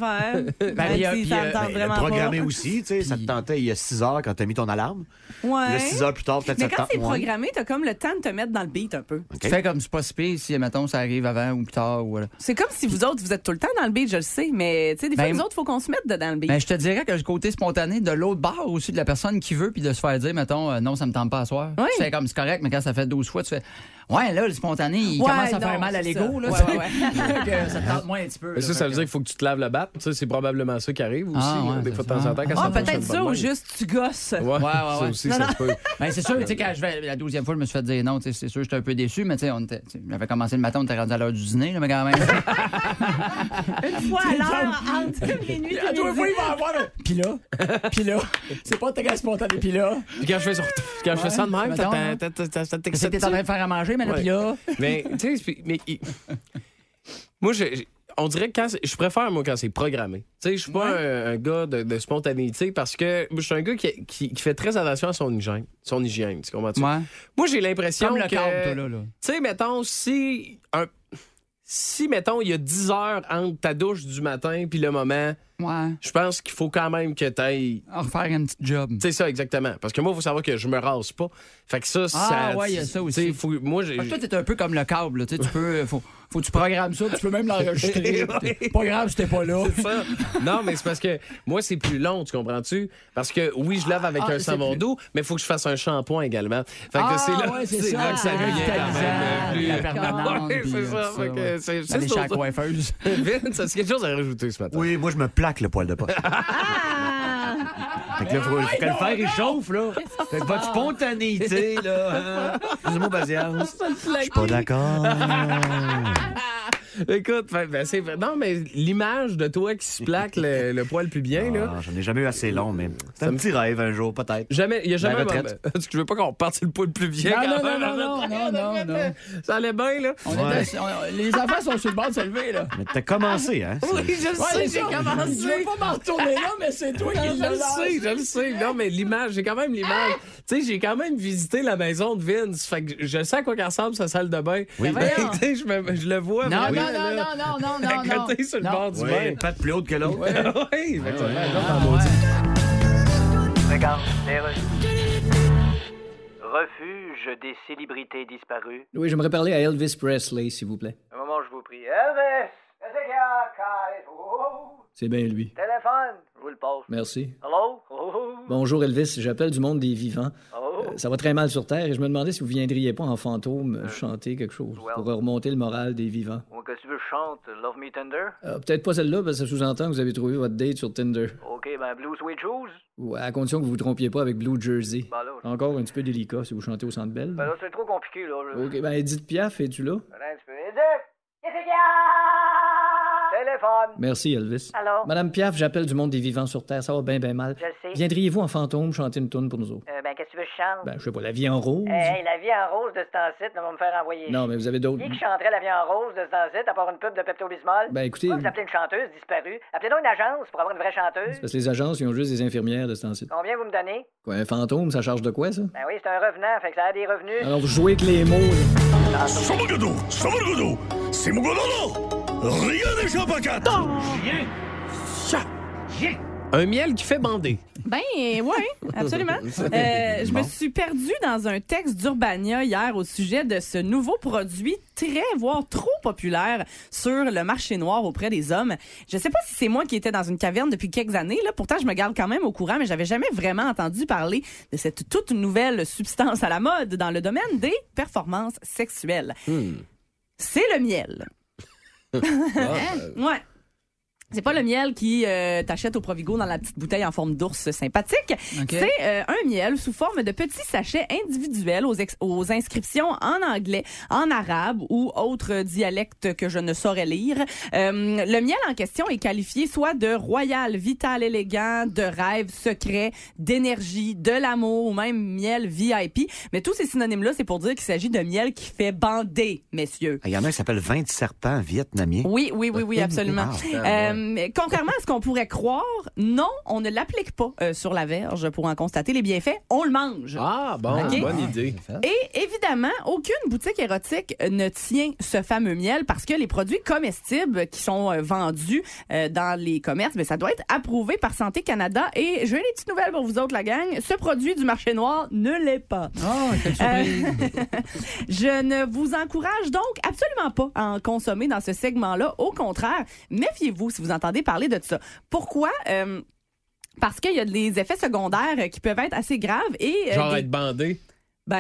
Speaker 6: faire. Même
Speaker 5: il y a-
Speaker 6: si
Speaker 5: puis,
Speaker 6: ça
Speaker 5: euh,
Speaker 6: me
Speaker 5: ben,
Speaker 6: tente
Speaker 4: Le
Speaker 6: vraiment
Speaker 4: programmer
Speaker 6: pas.
Speaker 4: aussi, tu sais, ça te tentait il y a 6 heures quand t'as mis ton alarme.
Speaker 6: Ouais.
Speaker 4: Le 6 heures plus tard, peut-être ça
Speaker 6: Mais
Speaker 4: te
Speaker 6: quand
Speaker 4: tente
Speaker 6: c'est
Speaker 4: moins.
Speaker 6: programmé, t'as comme le temps de te mettre dans le beat un peu.
Speaker 5: Tu fais comme c'est pas si pire si mettons ça arrive avant ou plus tard ou voilà.
Speaker 6: C'est comme si vous autres, vous êtes tout le temps dans le beat, je le sais, mais tu sais, des fois,
Speaker 5: Ben,
Speaker 6: nous autres, faut qu'on se mette dedans le beat.
Speaker 5: Mais Ben, je te dirais que le côté spontané de l'autre barre aussi de la personne qui veut puis de se faire dire mettons euh, non ça me tente pas à soir.
Speaker 6: Oui.
Speaker 5: Tu fais comme c'est correct mais quand ça fait 12 fois tu fais ouais là le spontané il
Speaker 6: Ouais,
Speaker 5: commence à
Speaker 6: non,
Speaker 5: faire mal à
Speaker 6: c'est
Speaker 5: l'ego
Speaker 6: ça.
Speaker 5: là.
Speaker 6: Ouais,
Speaker 5: tu
Speaker 6: ouais,
Speaker 5: sais.
Speaker 6: ouais.
Speaker 5: Que ça te tente moins un petit peu.
Speaker 3: Mais
Speaker 5: là,
Speaker 3: ça, ça
Speaker 5: fait
Speaker 3: veut
Speaker 5: que-
Speaker 3: dire qu'il faut que tu te laves le bat. Ça, c'est probablement ça qui arrive aussi.
Speaker 5: Ah,
Speaker 3: là,
Speaker 5: ouais,
Speaker 3: des
Speaker 5: c'est
Speaker 3: fois, de temps en
Speaker 5: ça.
Speaker 3: temps, quand
Speaker 5: Ah,
Speaker 3: ça
Speaker 6: Peut-être
Speaker 3: fonctionne pas
Speaker 6: ça
Speaker 3: de
Speaker 6: ou
Speaker 3: même.
Speaker 6: juste tu gosses.
Speaker 3: Ouais,
Speaker 5: ouais,
Speaker 3: ça
Speaker 5: ouais.
Speaker 3: aussi,
Speaker 5: Non,
Speaker 3: ça se peut.
Speaker 5: Ben, c'est sûr, tu sais, quand je vais, la douzième fois, je me suis fait dire non, tu sais, c'est sûr, j'étais un peu déçu, mais tu sais, on était- tu sais, j'avais commencé le matin, on était rendu à l'heure du dîner, là, mais quand même.
Speaker 6: Une fois à l'heure, entre minuit et midi.
Speaker 5: il va avoir un. Puis là, puis là, Ah, c'est pas très spontané, puis là.
Speaker 3: Puis quand je fais ça, quand je fais ça de même,
Speaker 5: mettons,
Speaker 3: t'as-
Speaker 5: hein.
Speaker 3: t'as- t'as- t'as- t'as-
Speaker 5: Qu'est-ce que t'es en train de faire à manger, mais là,
Speaker 3: Ouais.
Speaker 5: puis là.
Speaker 3: Mais, tu sais, puis- mais il- moi, je, je- on dirait que quand c'est- je préfère, moi, quand c'est programmé. Tu sais, je suis pas un, un gars de, de spontanéité parce que je suis un gars qui, qui- qui fait très attention à son hygiène. Son hygiène, tu comprends?
Speaker 5: Ouais.
Speaker 3: Moi, j'ai l'impression
Speaker 5: Comme le
Speaker 3: que...
Speaker 5: cadre, toi, là. là.
Speaker 3: Tu sais, mettons, si... Un, si, mettons, il y a 10 heures entre ta douche du matin puis le moment,
Speaker 5: Ouais.
Speaker 3: je pense qu'il faut quand même que t'ailles...
Speaker 5: En refaire un petit job.
Speaker 3: C'est ça, exactement. Parce que moi, il faut savoir que je me rase pas. Fait que ça, ça...
Speaker 5: Ah, ouais, il y a ça
Speaker 3: tu
Speaker 5: aussi.
Speaker 3: sais, faut- moi, j'ai...
Speaker 5: Parce que Ah, Toi, t'es un peu comme le câble. là, Tu sais, tu peux. Faut, faut que tu programmes ça, tu peux même l'enregistrer. T'es- pas grave si t'es pas là.
Speaker 3: ça. Non, mais c'est parce que moi, c'est plus long, tu comprends-tu? Parce que oui, je lave avec
Speaker 5: Ah,
Speaker 3: un
Speaker 5: c'est
Speaker 3: savon
Speaker 5: plus-
Speaker 3: d'eau, mais il faut que je fasse un shampoing également. Fait que
Speaker 5: Ah,
Speaker 3: c'est là,
Speaker 5: ouais, c'est
Speaker 3: c'est
Speaker 5: ça,
Speaker 3: là que ça
Speaker 5: hein,
Speaker 3: devient quand
Speaker 5: vitalisant,
Speaker 3: même euh, plus.
Speaker 5: la permanente,
Speaker 3: Ouais,
Speaker 5: puis,
Speaker 3: c'est
Speaker 5: euh,
Speaker 3: ça.
Speaker 5: tout ça,
Speaker 3: Fait que
Speaker 5: ouais.
Speaker 3: c'est-
Speaker 5: Aller
Speaker 3: c'est
Speaker 5: chez la
Speaker 3: ça.
Speaker 5: coiffeuse.
Speaker 3: Vince, est-ce quelque chose à rajouter ce matin?
Speaker 4: Oui, moi, je me plaque le poil de poche.
Speaker 6: Ah!
Speaker 4: Fait que là, faut, faut que le fer, il chauffe, là. Fait que votre spontanéité, là. hein. Excusez-moi, Basias. Je suis pas d'accord.
Speaker 3: Écoute, fait- ben, c'est- non, mais l'image de toi qui se plaque le, le poil pubien, là.
Speaker 4: Ah, J'en ai jamais eu assez long, mais c'est un
Speaker 3: me-
Speaker 4: petit rêve un jour, peut-être.
Speaker 3: Jamais, il y a jamais un moment.
Speaker 4: retraite.
Speaker 3: Parce que je veux pas qu'on reparte sur le poil pubien.
Speaker 5: Non, non,
Speaker 3: quand même.
Speaker 5: non, non, non, non, non.
Speaker 3: Ça allait bien, là.
Speaker 5: On était- on- les enfants sont sur le bord de se lever, là.
Speaker 4: Mais t'as commencé, hein? c'est-
Speaker 3: Oui, je le sais, j'ai
Speaker 5: Je
Speaker 3: commencé.
Speaker 5: veux pas m'en retourner là, mais c'est toi qui
Speaker 3: Je le sais, je le sais. Non, mais l'image, j'ai quand même l'image.
Speaker 5: Ah!
Speaker 3: Tu sais, j'ai quand même visité la maison de Vince. Fait que je sais à quoi qu'elle ressemble, sa salle de bain.
Speaker 4: Oui.
Speaker 3: Ben, tu sais, je, me- je le vois.
Speaker 5: Non,
Speaker 3: vraiment,
Speaker 5: non, non,
Speaker 3: là,
Speaker 5: non, non, non, non, non.
Speaker 3: À côté, sur le
Speaker 5: Non.
Speaker 3: bord du
Speaker 4: Oui,
Speaker 3: bain.
Speaker 4: une patte plus haute que l'autre.
Speaker 3: oui, effectivement.
Speaker 10: Refuge des célébrités disparues.
Speaker 7: Oui, j'aimerais parler à Elvis Presley, s'il vous plaît.
Speaker 10: Un moment, je vous prie. Elvis! Qu'est-ce qu'il y a, Kyle? Oh,
Speaker 7: C'est bien lui.
Speaker 10: téléphone! Je vous le passe.
Speaker 7: Merci.
Speaker 10: Hello? Oh,
Speaker 7: Bonjour Elvis, j'appelle du monde des vivants.
Speaker 10: oh.
Speaker 7: Euh, Ça va très mal sur Terre et je me demandais si vous viendriez pas en fantôme euh, chanter quelque chose pour remonter le moral des vivants.
Speaker 10: Ou que tu veux chante Love Me Tender?
Speaker 7: Euh, Peut-être pas celle-là, parce que ça sous-entend que vous avez trouvé votre date sur Tinder.
Speaker 10: OK, ben Blue Sweet Shoes?
Speaker 7: Ou à condition que vous vous trompiez pas avec Blue Jersey.
Speaker 10: Ben là, je-
Speaker 7: Encore un petit peu délicat si vous chantez au Centre Bell.
Speaker 10: ben là, c'est trop compliqué, là. là.
Speaker 7: Ok, ben Edith Piaf, es-tu là?
Speaker 10: Attends un petit peu. Edith! Qu'est-ce qu'il y a? Téléphone!
Speaker 7: Merci, Elvis.
Speaker 10: Allô?
Speaker 7: Madame Piaf, j'appelle du monde des vivants sur Terre, ça va bien, bien mal.
Speaker 10: Je le sais.
Speaker 7: Viendriez-vous en fantôme chanter une toune pour nous autres?
Speaker 10: Euh, ben, qu'est-ce que tu veux que je chante?
Speaker 7: Ben, je sais pas, la vie en rose?
Speaker 10: Hey, hey, la vie en rose de ce temps-ci, là, va me faire envoyer.
Speaker 7: Non, mais vous avez d'autres.
Speaker 10: Qui qui chanterait la vie en rose de ce temps-ci à part une pub de Pepto-Bismol?
Speaker 7: Ben, écoutez-
Speaker 10: Vous appelez une chanteuse disparue. Appelez donc une agence pour avoir une vraie chanteuse.
Speaker 7: Parce que les agences, ils ont juste des infirmières de ce temps-ci.
Speaker 10: Combien vous me donnez?
Speaker 7: Quoi, un fantôme, ça charge de quoi, ça?
Speaker 10: Ben oui, c'est un revenant, fait que ça a des revenus.
Speaker 7: Alors, vous jouez avec les mots, là.
Speaker 3: Un miel qui fait bander.
Speaker 6: Ben oui, absolument. Euh, je me suis perdue dans un texte d'Urbania hier au sujet de ce nouveau produit très, voire trop populaire sur le marché noir auprès des hommes. Je sais pas si c'est moi qui étais dans une caverne depuis quelques années, là. pourtant je me garde quand même au courant, mais j'avais jamais vraiment entendu parler de cette toute nouvelle substance à la mode dans le domaine des performances sexuelles. C'est le miel. Ouais. C'est pas le miel qui euh, t'achètes au Provigo dans la petite bouteille en forme d'ours sympathique.
Speaker 5: OK.
Speaker 6: C'est euh, un miel sous forme de petits sachets individuels aux, ex- aux inscriptions en anglais, en arabe ou autres dialectes que je ne saurais lire. Euh, le miel en question est qualifié soit de royal, vital, élégant, de rêve, secret, d'énergie, de l'amour ou même miel VIP. Mais tous ces synonymes-là, c'est pour dire qu'il s'agit de miel qui fait bander, messieurs.
Speaker 4: Ah, Il y en a un qui s'appelle 20 serpents vietnamiens.
Speaker 6: Oui, oui, oui, oui, absolument.
Speaker 4: Wow.
Speaker 6: Euh, mais contrairement à ce qu'on pourrait croire, non, on ne l'applique pas euh, sur la verge pour en constater les bienfaits. On le mange.
Speaker 3: Ah, bon,
Speaker 6: Ok.
Speaker 3: bonne idée.
Speaker 6: Et évidemment, aucune boutique érotique euh, ne tient ce fameux miel parce que les produits comestibles qui sont euh, vendus euh, dans les commerces, mais ça doit être approuvé par Santé Canada. Et j'ai des petites nouvelles pour vous autres, la gang. Ce produit du marché noir ne l'est pas.
Speaker 5: Oh, quelle
Speaker 10: Euh,
Speaker 5: surprise.
Speaker 6: Je ne vous encourage donc absolument pas à en consommer dans ce segment-là. Au contraire, méfiez-vous si vous entendez parler de ça. Pourquoi? Euh, parce qu'il y a des effets secondaires euh, qui peuvent être assez graves et euh,
Speaker 3: Genre
Speaker 6: des-
Speaker 3: être bandé.
Speaker 6: ben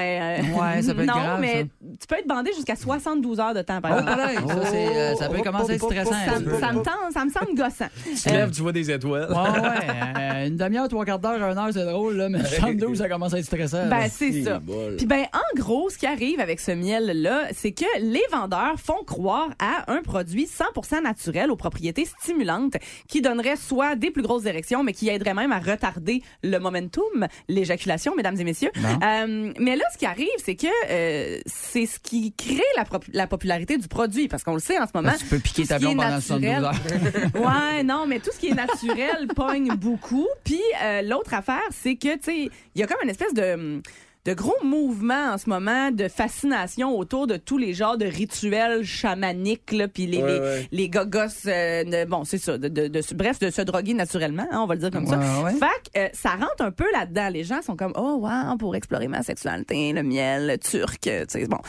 Speaker 6: euh,
Speaker 5: Ouais, ça peut être
Speaker 6: non,
Speaker 5: grave,
Speaker 6: mais
Speaker 5: ça.
Speaker 6: tu peux être bandé jusqu'à 72 heures de temps par
Speaker 5: Oh,
Speaker 6: exemple.
Speaker 5: pareil, ça, c'est, euh,
Speaker 6: Oh,
Speaker 5: ça peut commencer à être stressant. un
Speaker 6: Ça,
Speaker 5: petit
Speaker 6: me-
Speaker 5: peu.
Speaker 6: ça me tente- ça me semble gossant.
Speaker 3: Tu lèves, tu vois des étoiles.
Speaker 5: Euh, Ouais, ouais. euh, une demi-heure, trois quarts d'heure, une heure, c'est drôle, là, mais 72, ça commence à être stressant. là.
Speaker 6: Ben, c'est ça. Puis ben en gros, ce qui arrive avec ce miel là, c'est que les vendeurs font croire à un produit 100% naturel aux propriétés stimulantes qui donnerait soit des plus grosses érections, mais qui aiderait même à retarder le momentum, l'éjaculation, mesdames et messieurs. Euh, mais là, ce qui arrive, c'est que euh, c'est ce qui crée la, pro- la popularité du produit, parce qu'on le sait en ce moment.
Speaker 5: Là, Ben, tu peux piquer
Speaker 6: tout ce
Speaker 5: ta
Speaker 6: qui est
Speaker 5: blonde pendant
Speaker 6: naturel-
Speaker 5: 72 heures.
Speaker 6: ouais, non, mais tout ce qui est naturel pogne beaucoup. Puis euh, l'autre affaire, c'est que, tu sais, il y a comme une espèce de de gros mouvements en ce moment de fascination autour de tous les genres de rituels chamaniques là puis les les, les gogos euh, de- bon c'est ça de, de- de- bref de se droguer naturellement hein, on va le dire comme ça
Speaker 5: Ouais, ouais.
Speaker 6: fait que, euh, ça rentre un peu là-dedans les gens sont comme oh wow pour explorer ma sexualité le miel le turc euh, tu sais bon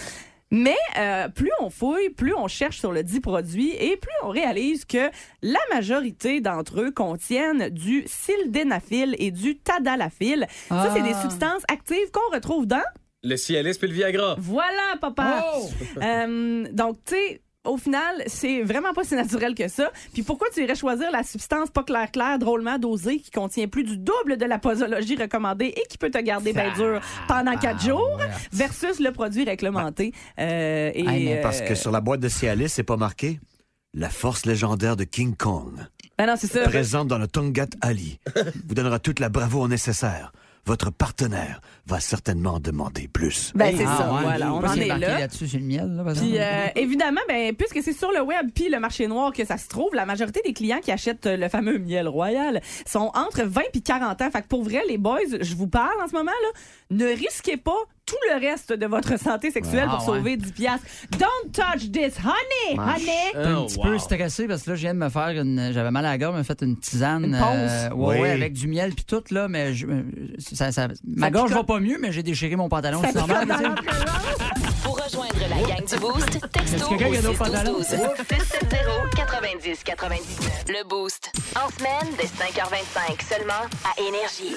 Speaker 6: mais euh, plus on fouille, plus on cherche sur le dit produit et plus on réalise que la majorité d'entre eux contiennent du sildénaphile et du tadalafil. Ça, c'est des
Speaker 5: Ah.
Speaker 6: substances actives qu'on retrouve dans...
Speaker 3: Le Cialis puis le Viagra.
Speaker 6: Voilà, papa!
Speaker 5: Oh!
Speaker 6: Euh, donc, tu sais... Au final, c'est vraiment pas si naturel que ça. Puis pourquoi tu irais choisir la substance pas clair clair, drôlement dosée, qui contient plus du double de la posologie recommandée et qui peut te garder bien dur pendant quatre jours, versus le produit réglementé. Euh, et,
Speaker 5: Ah, mais
Speaker 4: Parce
Speaker 6: euh,
Speaker 4: que sur la boîte de Cialis, c'est pas marqué la force légendaire de King Kong,
Speaker 6: Ben non, c'est ça.
Speaker 4: présente dans le Tongat Ali, vous donnera toute la bravo nécessaire. Votre partenaire va certainement demander plus.
Speaker 6: Ben c'est
Speaker 5: Ah,
Speaker 6: ça,
Speaker 5: ouais.
Speaker 6: voilà,
Speaker 5: Je sais
Speaker 6: on
Speaker 5: pas
Speaker 6: en
Speaker 5: s'il
Speaker 6: est
Speaker 5: marqué
Speaker 6: là.
Speaker 5: là-dessus, c'est le miel, là, par
Speaker 6: Puis
Speaker 5: exemple.
Speaker 6: euh, évidemment, ben, puisque c'est sur le web puis le marché noir que ça se trouve, la majorité des clients qui achètent euh, le fameux miel royal sont entre 20 puis 40 ans. Fait que pour vrai, les boys, je vous parle en ce moment, là, ne risquez pas tout le reste de votre santé sexuelle
Speaker 5: Ah,
Speaker 6: pour
Speaker 5: ouais.
Speaker 6: sauver 10 piastres. Don't touch this, honey, honey!
Speaker 5: J'étais un
Speaker 3: Oh,
Speaker 5: petit
Speaker 3: wow.
Speaker 5: peu stressé parce que là, je viens de me faire une. J'avais mal à la gorge, me fait une tisane.
Speaker 6: Une
Speaker 5: euh, ouais,
Speaker 4: Oui.
Speaker 5: ouais, avec du miel puis tout, là, mais je- euh, ça, ça- ma
Speaker 6: Ça
Speaker 5: gorge
Speaker 6: picote.
Speaker 5: va pas mieux, mais j'ai déchiré mon pantalon. C'est normal, tu sais.
Speaker 1: Pour rejoindre la gang du Boost, texto
Speaker 5: Est-ce que quelqu'un
Speaker 1: au
Speaker 5: qui a d'autres pantalons?
Speaker 1: 612 90 99. Le Boost. En semaine, dès 5h25, seulement à Énergie.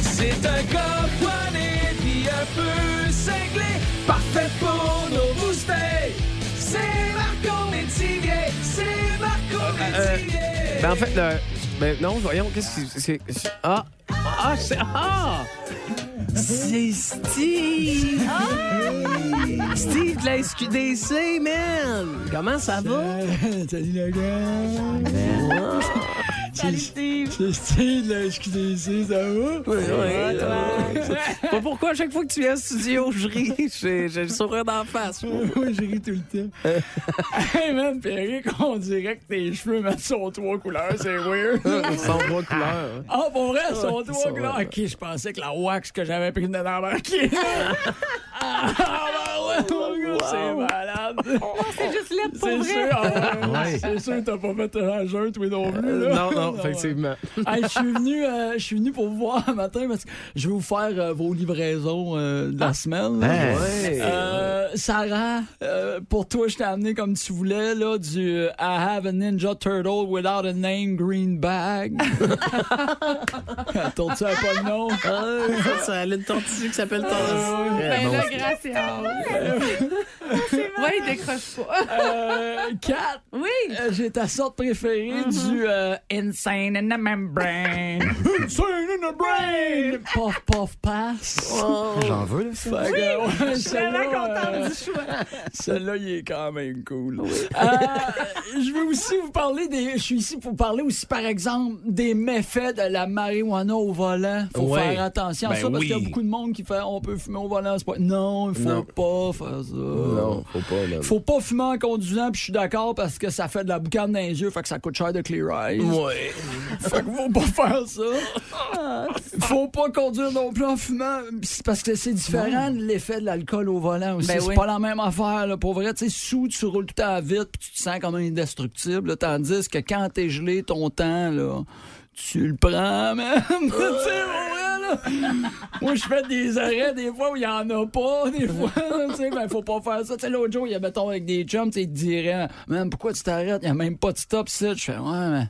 Speaker 11: C'est un gars poigné puis un peu cinglé, parfait pour nos boosters. C'est Marco Métivier, c'est Marco Métivier.
Speaker 3: Euh, Ben en fait, le... ben non, voyons, qu'est-ce que c'est... c'est- Ah! Ah, c'est... Ah!
Speaker 11: C'est Steve! Steve de la SQDC, man! Comment ça va?
Speaker 12: Salut la
Speaker 3: Ah, ben.
Speaker 12: gang! Salut Steve! C'est Steve de la SQDC, ça va? Oui,
Speaker 11: Ouais, toi. Pas pourquoi à chaque fois que tu viens au studio, je ris. J'ai j'ai le sourire d'en face. moi.
Speaker 12: Moi, j'ai ri tout le temps. hey man, Pierrick, on dirait que tes cheveux man, sont trois couleurs, c'est weird.
Speaker 3: Ils sont trois couleurs. hein.
Speaker 12: Ah, pour vrai, ils sont
Speaker 3: Ouais,
Speaker 12: trois
Speaker 3: sont-
Speaker 12: couleurs. Ok, je pensais que la wax que j'avais pris venait d'embarquer. ah, bah ouais, mon gars, c'est malade.
Speaker 6: C'est juste laid pour
Speaker 12: C'est
Speaker 6: vrai.
Speaker 12: sûr, ah ouais,
Speaker 9: ben,
Speaker 3: Ouais.
Speaker 12: c'est sûr, t'as pas fait un jeu, toi non plus.
Speaker 3: Euh,
Speaker 12: Là.
Speaker 3: non, non,
Speaker 12: ouais.
Speaker 3: effectivement.
Speaker 12: Hey, je suis venu, euh, je suis venu pour vous voir un matin parce que je vais vous faire euh, vos livraisons euh, de la
Speaker 3: Ah.
Speaker 12: semaine.
Speaker 4: Ben,
Speaker 12: là.
Speaker 3: Ben,
Speaker 9: ben,
Speaker 11: Hein? Ouais.
Speaker 12: Euh, Sarah, euh, pour toi, je t'ai amené comme tu voulais là du euh, I have a Ninja Turtle without a name green bag. Ton tu pas le nom.
Speaker 11: Ça a une tortue qui s'appelle Tortue.
Speaker 9: Ben là, grâce à Ouais, il décroche pas.
Speaker 12: Euh, Kat, oui. j'ai ta sorte préférée du euh, Insane in the Membrane. Insane in the Brain! Oh. Puff, puff, pass.
Speaker 9: ben.
Speaker 4: J'en veux, là, ça.
Speaker 12: Fait que, Ah ouais,
Speaker 11: je suis
Speaker 12: celle-là,
Speaker 11: vraiment contente
Speaker 12: euh,
Speaker 11: du choix.
Speaker 12: Celle-là, il est quand même cool. Euh, je veux aussi vous parler des. Je suis ici pour parler aussi, par exemple, des méfaits de la marijuana au volant. Faut
Speaker 3: Ouais.
Speaker 12: faire attention à
Speaker 3: Ben
Speaker 12: ça parce qu'il y
Speaker 3: oui.
Speaker 12: a beaucoup de monde qui fait on peut fumer au volant. c'est Pas... Non, il faut
Speaker 3: Non.
Speaker 12: pas faire ça.
Speaker 3: Non, faut pas, là.
Speaker 12: Faut pas fumer en conduisant, puis je suis d'accord parce que ça fait de la boucane dans les yeux, fait que ça coûte cher de Clear Eyes.
Speaker 3: Ouais.
Speaker 12: fait que faut pas faire
Speaker 9: Ah.
Speaker 12: ça. Faut pas conduire non plus en fumant, c'est parce que c'est différent de l'effet de l'alcool au volant aussi.
Speaker 9: Ben
Speaker 12: c'est
Speaker 9: oui.
Speaker 12: pas la même affaire, là. Pour vrai, tu sais, sous, tu roules tout à vite, puis tu te sens comme un indestructible, là. tandis que quand t'es gelé, ton temps, là, tu le prends, man. Tu sais, pour vrai, là. Moi, je fais des arrêts des fois où il y en a pas, des fois, là, tu sais, ben, faut pas faire ça. Tu sais, l'autre jour, il y a, mettons, avec des chums, tu sais, ils te diraient, man, pourquoi tu t'arrêtes? Il y a même pas de stop, ça. Je fais, ouais, mais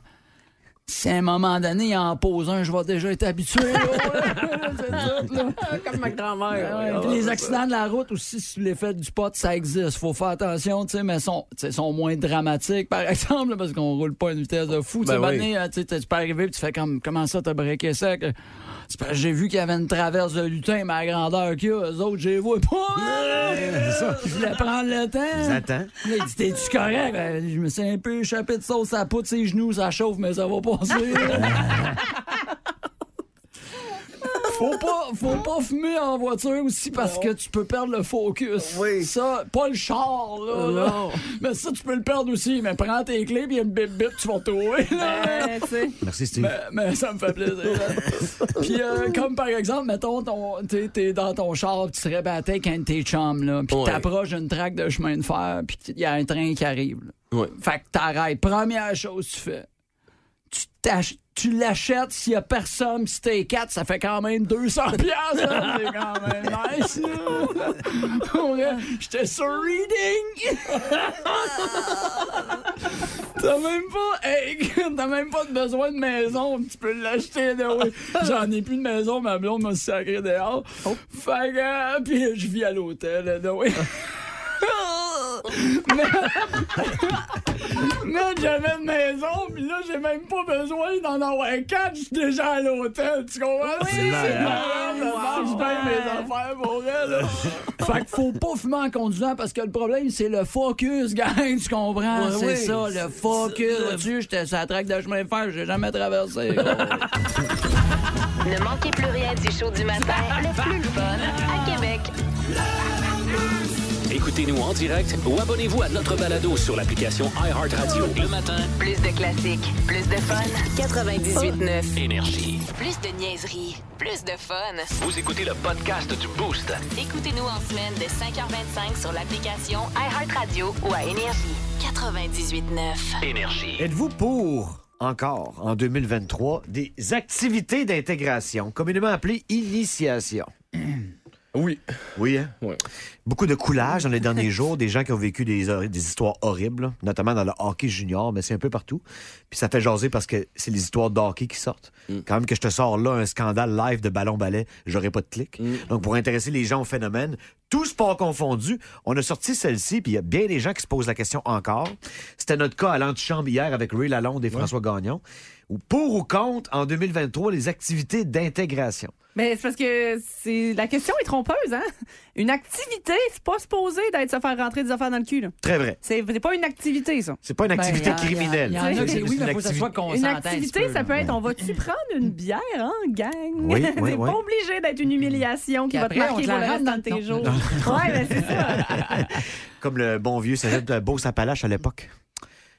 Speaker 12: si à un moment donné, il en pose un, je vais déjà être habitué, là. Ah
Speaker 9: Comme ma grand-mère.
Speaker 12: Ouais, puis les accidents de la route aussi, sous l'effet du pot, ça existe. Faut faire attention, tu sais, mais sont, tu sais, sont moins dramatiques, par exemple, là, parce qu'on roule pas à une vitesse de fou. Tu sais,
Speaker 3: Ben oui.
Speaker 12: maintenant, euh, tu sais, tu peux arriver, puis tu fais comme, comment ça, t'as breaké sec? C'est parce que j'ai vu qu'il y avait une traverse de lutin, mais à la grandeur qu'il y a, eux autres, j'ai vu pas. Je voulais prendre le temps.
Speaker 4: Attends.
Speaker 12: Là, il dit, t'es-tu correct? Ben, je me suis un peu échappé de sauce à poutre, ses genoux, ça chauffe, mais ça va passer. Faut pas, faut pas fumer en voiture aussi parce que tu peux perdre le focus. Ça, pas le char, là. là. Mais ça, tu peux le perdre aussi. Mais prends tes clés, puis il y a une bip-bip, tu vas trouver, là.
Speaker 6: Ouais, Euh, tu sais.
Speaker 4: Merci, Steve.
Speaker 12: Mais, Euh, mais ça me fait plaisir. puis euh, comme par exemple, mettons, ton, t'es, t'es dans ton char, pis tu te rébattais avec un de tes chums, là, puis
Speaker 3: Ouais.
Speaker 12: t'approches d'une traque de chemin de fer, puis il y a un train qui arrive. là.
Speaker 3: Ouais.
Speaker 12: Fait que t'arrêtes. Première chose que tu fais, tu t'ach- Tu l'achètes s'il y a personne, pis si t'es quatre, ça fait quand même 200 piastres. hein. C'est quand même nice. là. Pour vrai, J'étais sur reading. T'as même pas, hey, t'as même pas de besoin de maison, tu peux l'acheter. là, oui. J'en ai plus de maison, ma blonde m'a sacré dehors. Fait que, euh, puis je vis à l'hôtel. là, oui. Ah. Mais, mais j'avais une maison, puis là, j'ai même pas besoin d'en avoir quatre, je suis déjà à l'hôtel, tu comprends? Oui, c'est
Speaker 4: malade.
Speaker 12: malade, je mange bien mes affaires pour elle, là. Fait que faut pas fumer en conduisant, parce que le problème, c'est le focus, gang, tu comprends?
Speaker 11: Ouais,
Speaker 12: c'est
Speaker 11: oui.
Speaker 12: ça, le focus. Vois-tu, j'étais sur la traque de chemin de fer, j'ai jamais traversé.
Speaker 1: Ne manquez plus rien du show du matin, le plus le fun à Québec.
Speaker 2: Écoutez-nous en direct ou abonnez-vous à notre balado sur l'application iHeartRadio. Le matin,
Speaker 1: Plus de classiques, plus de fun. 98.9.
Speaker 2: énergie.
Speaker 1: Plus de niaiserie, plus de fun.
Speaker 2: Vous écoutez le podcast du Boost.
Speaker 1: Écoutez-nous en semaine de 5h25 sur l'application iHeartRadio ou à Énergie. 98.9.
Speaker 2: Énergie.
Speaker 4: Êtes-vous pour, encore en 2023, des activités d'intégration, communément appelées initiation? Oui. Oui, hein? Beaucoup de coulages dans les derniers jours, des gens qui ont vécu des, hor- des histoires horribles, notamment dans le hockey junior, mais c'est un peu partout. Puis ça fait jaser parce que c'est les histoires d'hockey qui sortent. Quand même que je te sors là un scandale live de ballon-ballet, j'aurais pas de clic. Donc pour intéresser les gens au phénomène, tout sport confondu, on a sorti celle-ci, puis il y a bien des gens qui se posent la question encore. C'était notre cas à l'antichambre hier avec Ray Lalonde et François Gagnon. Ou pour ou contre, en 2023, les activités d'intégration.
Speaker 6: Mais c'est parce que c'est la question est trompeuse, hein? Une activité, c'est pas supposé d'être se faire rentrer des affaires dans le cul, là.
Speaker 4: Très vrai.
Speaker 6: C'est c'est pas une activité, ça.
Speaker 4: C'est
Speaker 5: Ben,
Speaker 4: pas une activité criminelle.
Speaker 5: Il y en a qui
Speaker 4: C'est
Speaker 5: c'est oui,
Speaker 4: une
Speaker 5: mais faut que ça
Speaker 4: activi-
Speaker 5: soit qu'on
Speaker 6: Une
Speaker 5: s'entende un
Speaker 6: activité,
Speaker 5: petit peu,
Speaker 6: ça
Speaker 5: là.
Speaker 6: peut être on va-tu prendre une bière, hein, gang?
Speaker 4: Oui, oui,
Speaker 6: c'est
Speaker 4: oui.
Speaker 6: pas obligé d'être une humiliation qui
Speaker 5: Puis
Speaker 6: va te
Speaker 5: après, on
Speaker 6: marquer
Speaker 5: te
Speaker 6: pour
Speaker 5: la
Speaker 6: le reste de
Speaker 5: rentre dans
Speaker 6: tes
Speaker 5: le-
Speaker 6: jours. ouais, mais c'est ça.
Speaker 4: Comme le bon vieux cégep de Beauce-Appalaches à l'époque.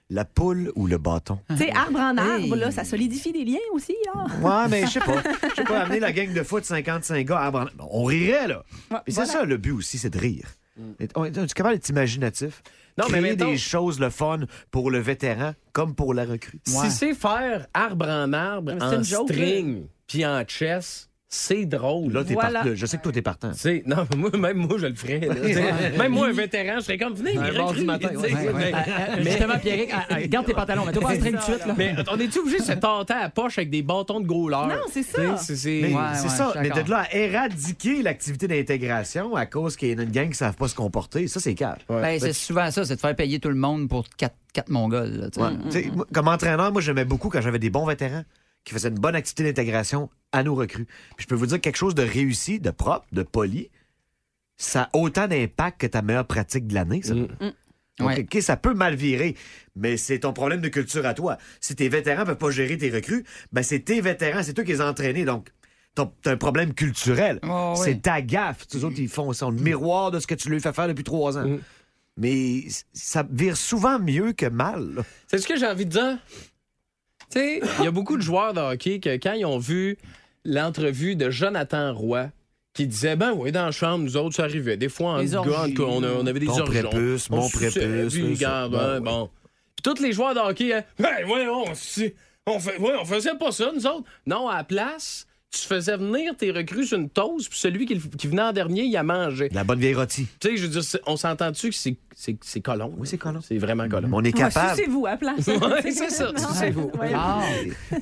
Speaker 4: La poule ou le bâton?
Speaker 6: Tu sais, arbre en arbre,
Speaker 5: Hey.
Speaker 6: là, ça solidifie des liens aussi, hein. là.
Speaker 4: Ouais, mais je sais pas. Je sais pas, amener la gang de foot 55 gars à Brand- Bon, On rirait, là.
Speaker 6: Ouais,
Speaker 4: Puis
Speaker 6: voilà.
Speaker 4: c'est ça le but aussi, c'est de rire.
Speaker 5: Mm.
Speaker 4: Et- on est- Tu es capable d'être imaginatif.
Speaker 3: Non, mais
Speaker 4: Créer
Speaker 3: mettons-
Speaker 4: des choses le fun pour le vétéran comme pour la recrue.
Speaker 3: Si c'est faire arbre en arbre,
Speaker 6: Mais c'est
Speaker 3: en
Speaker 6: une joke,
Speaker 3: string, puis en chess, c'est drôle.
Speaker 4: Là, t'es
Speaker 6: Voilà.
Speaker 4: part- Je sais que toi, t'es partant.
Speaker 3: Tu sais, non, mais moi, même moi, je le ferais. là. Tu sais, même moi, un vétéran, je serais comme, venez,
Speaker 12: Un
Speaker 3: les
Speaker 12: bord du
Speaker 3: recrues,
Speaker 12: matin,
Speaker 3: tu
Speaker 12: ouais,
Speaker 3: sais,
Speaker 12: ouais, ouais.
Speaker 3: mais-
Speaker 5: Euh, Justement, Pierrick, ah, ah, garde tes pantalons, mais toi, pas en string tout de suite. Là.
Speaker 3: Mais on est-tu obligé de se tenter à la poche avec des bâtons de gauleur?
Speaker 6: Non, c'est ça.
Speaker 3: Tu sais, c'est- c'est-
Speaker 4: Mais
Speaker 5: Ouais,
Speaker 4: c'est
Speaker 5: ouais,
Speaker 4: ça,
Speaker 5: je suis
Speaker 4: mais
Speaker 5: d'accord.
Speaker 4: de là à éradiquer l'activité d'intégration à cause qu'il y a une gang qui ne savent pas se comporter, ça, c'est cave.
Speaker 5: Ben, c'est souvent ça, c'est de faire payer tout le monde pour quatre, quatre Mongols. là, tu sais. Mm,
Speaker 4: Ouais. Tu sais, moi, Comme entraîneur, moi, j'aimais beaucoup quand j'avais des bons vétérans qui faisaient une bonne activité d'intégration à nos recrues. Puis je peux vous dire quelque chose de réussi, de propre, de poli, ça a autant d'impact que ta meilleure pratique de l'année. Ça. Donc,
Speaker 5: Mm. Ouais.
Speaker 4: OK, ça peut mal virer, mais c'est ton problème de culture à toi. Si tes vétérans ne peuvent pas gérer tes recrues, ben c'est tes vétérans, c'est toi qui les as entraînés. Donc, ton- t'as un problème culturel.
Speaker 5: Ouais, ouais.
Speaker 4: C'est ta gaffe. Les autres, ils font ça. Le miroir de ce que tu lui fais faire depuis trois ans. Mais c- ça vire souvent mieux que mal. là.
Speaker 3: C'est ce que j'ai envie de dire. Tu sais, il y a beaucoup de joueurs de hockey que quand ils ont vu l'entrevue de Jonathan Roy, qui disait, ben oui, dans la chambre, nous autres, ça arrivait. Des fois, en
Speaker 6: Les
Speaker 3: gars,
Speaker 6: orgies.
Speaker 3: on, a- on avait des
Speaker 4: Ton
Speaker 3: orgies.
Speaker 4: prépuce, mon
Speaker 3: se suçait,
Speaker 4: prépuce,
Speaker 3: puis,
Speaker 4: ça,
Speaker 3: regarde,
Speaker 4: ben
Speaker 3: hein,
Speaker 4: ouais.
Speaker 3: bon. Puis tous les joueurs de hockey, hein, ben ouais, on, si- on, fait, ouais, on faisait pas ça, nous autres. Non, à la place, tu faisais venir tes recrues sur une toast, puis celui qui, le- qui venait en dernier, il a mangé.
Speaker 4: La bonne vieille rôtie.
Speaker 3: Tu sais, je veux dire, c'est- on s'entend-tu que c'est- c'est c'est colon?
Speaker 4: Oui, c'est colon.
Speaker 3: C'est vraiment colon.
Speaker 4: On est capable.
Speaker 6: c'est vous à place.
Speaker 3: Ouais, c'est ça, sucez-vous.
Speaker 6: Ouais.
Speaker 5: Ah,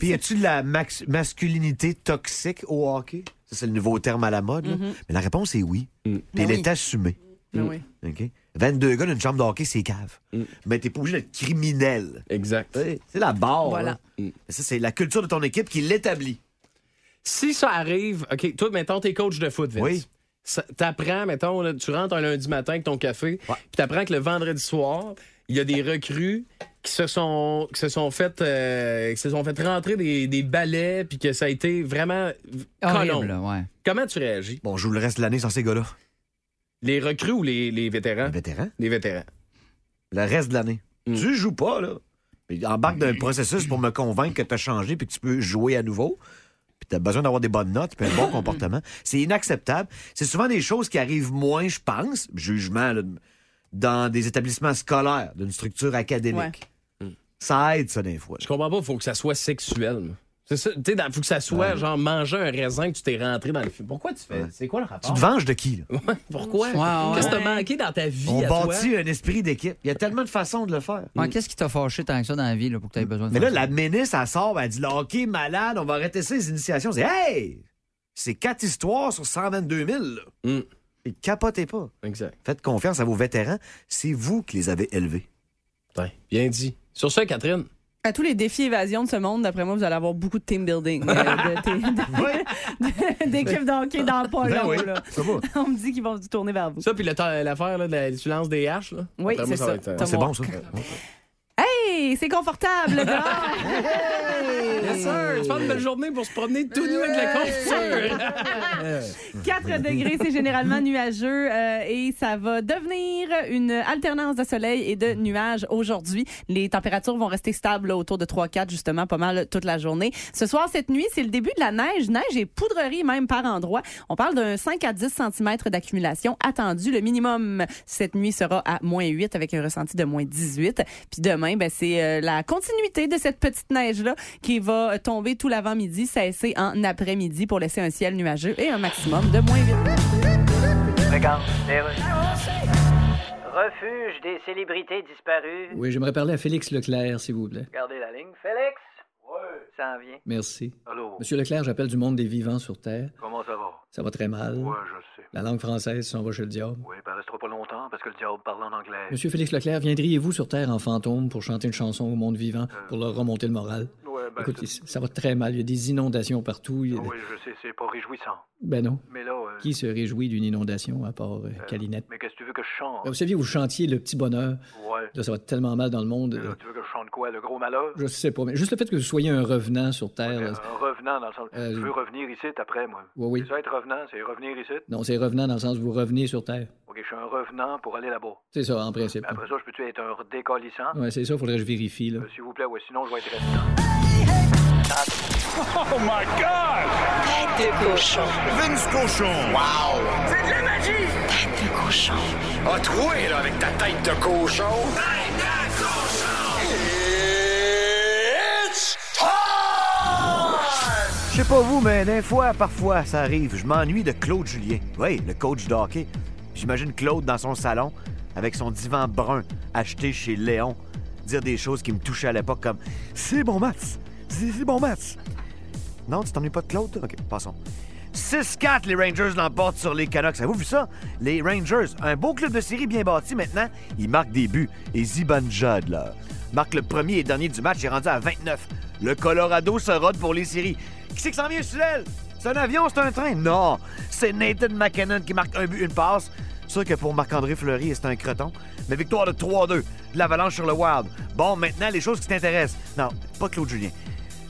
Speaker 4: Puis y a-tu de la max- masculinité toxique au hockey? Ça, c'est le nouveau terme à la mode. là.
Speaker 6: Mm-hmm.
Speaker 4: Mais la réponse est oui. Puis elle est assumée.
Speaker 6: Ben oui.
Speaker 4: OK? 22 gars dans une chambre de hockey, c'est cave. Mais t'es pas obligé d'être criminel.
Speaker 3: Exact.
Speaker 4: C'est c'est la barre.
Speaker 6: Voilà.
Speaker 4: là. Mais Ça, c'est la culture de ton équipe qui l'établit.
Speaker 3: Si ça arrive, OK, toi, mettons, t'es coach de foot, Vince.
Speaker 4: Oui.
Speaker 3: Ça- T'apprends, mettons, là, tu rentres un lundi matin avec ton café,
Speaker 4: Ouais.
Speaker 3: puis t'apprends que le vendredi soir, il y a des recrues qui se sont, qui se sont fait euh, qui se sont fait rentrer des, des balais, puis que ça a été vraiment v- colon.
Speaker 5: horrible, là, ouais.
Speaker 3: Comment tu réagis?
Speaker 4: Bon, on joue le reste de l'année sans ces gars-là.
Speaker 3: Les recrues ou les, les vétérans?
Speaker 4: Les vétérans.
Speaker 3: Les vétérans.
Speaker 4: Le reste de l'année.
Speaker 3: Mm.
Speaker 4: Tu joues pas, là. Puis embarque dans un processus pour me convaincre que t'as changé puis que tu peux jouer à nouveau. Puis t'as besoin d'avoir des bonnes notes puis un
Speaker 3: Mm.
Speaker 4: bon comportement. C'est inacceptable. C'est souvent des choses qui arrivent moins, je pense, jugement, là, dans des établissements scolaires, d'une structure académique. Ça aide, ça, des fois.
Speaker 3: Je comprends pas, faut que ça soit sexuel. moi. C'est ça, tu sais, dans- faut que ça soit genre manger un raisin que tu t'es rentré dans le film. Pourquoi tu fais? C'est quoi le
Speaker 4: Tu
Speaker 3: rapport?
Speaker 4: te venges de qui, là?
Speaker 3: Pourquoi?
Speaker 5: Ouais, ouais.
Speaker 3: Qu'est-ce que t'as manqué dans ta vie?
Speaker 4: On
Speaker 3: à toi?
Speaker 4: bâtit un esprit d'équipe. Il y a tellement de façons de le faire.
Speaker 5: Ouais, Qu'est-ce qui t'a fâché tant que ça dans la vie là, pour que tu aies besoin de
Speaker 4: Mais là,
Speaker 5: faire
Speaker 4: la ministre, elle sort, elle dit le hockey est malade, on va arrêter ça, les initiations. C'est Hey! C'est quatre histoires sur 122 000. là.
Speaker 6: Hmm.
Speaker 3: Mm.
Speaker 4: Et capotez pas.
Speaker 3: Exact.
Speaker 4: Faites confiance à vos vétérans. C'est vous qui les avez élevés.
Speaker 3: Ouais, Bien dit. Sur ce, Catherine.
Speaker 6: À tous les défis évasion de ce monde, d'après moi, vous allez avoir beaucoup de team building, euh, de- de- de- d'équipes d'hockey dans pas
Speaker 4: Ben
Speaker 6: long, là.
Speaker 4: Ça va.
Speaker 6: On me dit qu'ils vont se tourner vers vous.
Speaker 3: Ça, puis le temps- l'affaire là, de la- du lance des haches. Là.
Speaker 6: Oui,
Speaker 3: Après
Speaker 6: c'est
Speaker 3: moi,
Speaker 6: ça.
Speaker 3: va être, euh,
Speaker 6: T'as
Speaker 4: Ah, C'est
Speaker 6: mon-
Speaker 4: bon, ça.
Speaker 6: Hey, c'est confortable, Ah! le gars.
Speaker 3: Yes, sir. Tu passes une belle journée pour se promener tout nu avec la confiture.
Speaker 6: 4 degrés, c'est généralement nuageux euh, et ça va devenir une alternance de soleil et de nuages aujourd'hui. Les températures vont rester stables là, autour de 3-4, justement, pas mal toute la journée. Ce soir, cette nuit, c'est le début de la neige, neige et poudrerie même par endroits. On parle d'un 5 à 10 cm d'accumulation attendu. Le minimum cette nuit sera à moins 8 avec un ressenti de moins 18. Puis demain, ben, c'est euh, la continuité de cette petite neige-là qui va tomber tout l'avant-midi, cesser en après-midi pour laisser un ciel nuageux et un maximum de moins 8.
Speaker 10: Refuge des célébrités disparues.
Speaker 7: Oui, j'aimerais parler à Félix Leclerc, s'il vous plaît.
Speaker 10: Gardez la ligne. Félix? Ouais. Ça en vient.
Speaker 7: Merci.
Speaker 10: Allô?
Speaker 7: Monsieur Leclerc, j'appelle du monde des vivants sur Terre.
Speaker 10: Comment ça va?
Speaker 7: Ça va très mal.
Speaker 10: Ouais, je sais.
Speaker 7: La langue française s'en va chez le diable.
Speaker 10: Oui, ben restera pas longtemps parce que le diable parle en anglais.
Speaker 7: Monsieur Félix Leclerc, viendriez-vous sur Terre en fantôme pour chanter une chanson au monde vivant, pour leur remonter le moral?
Speaker 10: Ouais, ben,
Speaker 7: Écoute,
Speaker 10: c'est-
Speaker 7: ça va très mal. Il y a des inondations partout. Il y a-
Speaker 10: Oui, je sais, c'est pas réjouissant.
Speaker 7: Ben non.
Speaker 10: Mais là, euh,
Speaker 7: Qui se réjouit d'une inondation à part euh, Calinette? Euh,
Speaker 10: mais qu'est-ce que tu veux que je chante?
Speaker 7: Vous saviez, vous chantiez Le Petit Bonheur.
Speaker 10: Ouais.
Speaker 7: Là, ça va tellement mal dans le monde.
Speaker 10: Là, tu veux que je chante quoi? Le gros malheur?
Speaker 7: Je sais pas, mais juste le fait que vous soyez un revenant sur Terre. là,
Speaker 10: Un revenant dans le sens.
Speaker 7: Euh,
Speaker 10: je veux revenir ici après, moi.
Speaker 7: Oui, oui.
Speaker 10: C'est ça être revenant, c'est revenir ici.
Speaker 7: Non, c'est revenant dans le sens où vous revenez sur Terre.
Speaker 10: Ok, je suis un revenant pour aller là-bas.
Speaker 7: C'est ça, en principe.
Speaker 10: Mais après ça, je peux-tu être un décollissant?
Speaker 7: Ouais, c'est ça, faudrait que je vérifie. Là.
Speaker 10: Euh, S'il vous plaît, ouais, sinon je vais être restant.
Speaker 11: Oh my God! Tête de cochon. Vince cochon. Wow! C'est de la magie! Tête de cochon. A troué, là, avec ta tête de cochon. Tête de cochon! It's
Speaker 4: Je sais pas vous, mais des fois, parfois, ça arrive. Je m'ennuie de Claude Julien. Oui, le coach de hockey. J'imagine Claude dans son salon, avec son divan brun acheté chez Léon, dire des choses qui me touchaient à l'époque comme C'est bon, Mats! C'est c'est bon, Mats! Non, tu t'ennuies pas de Claude? toi? OK, passons. 6-4, les Rangers l'emportent sur les Canucks. Avez-vous vu ça? Les Rangers, un beau club de série bien bâti maintenant. Ils marquent des buts. Et Zibanja, de là, marque le premier et dernier du match est rendu à 29. Le Colorado se rôde pour les séries. Qui c'est qui s'en vient sur l'aile? C'est un avion, c'est un train? Non! C'est Nathan McKinnon qui marque un but, une passe. Sûr que pour Marc-André Fleury, c'est un creton. Mais victoire de 3-2 de l'Avalanche sur le Wild. Bon, maintenant, les choses qui t'intéressent. Non, pas Claude Julien.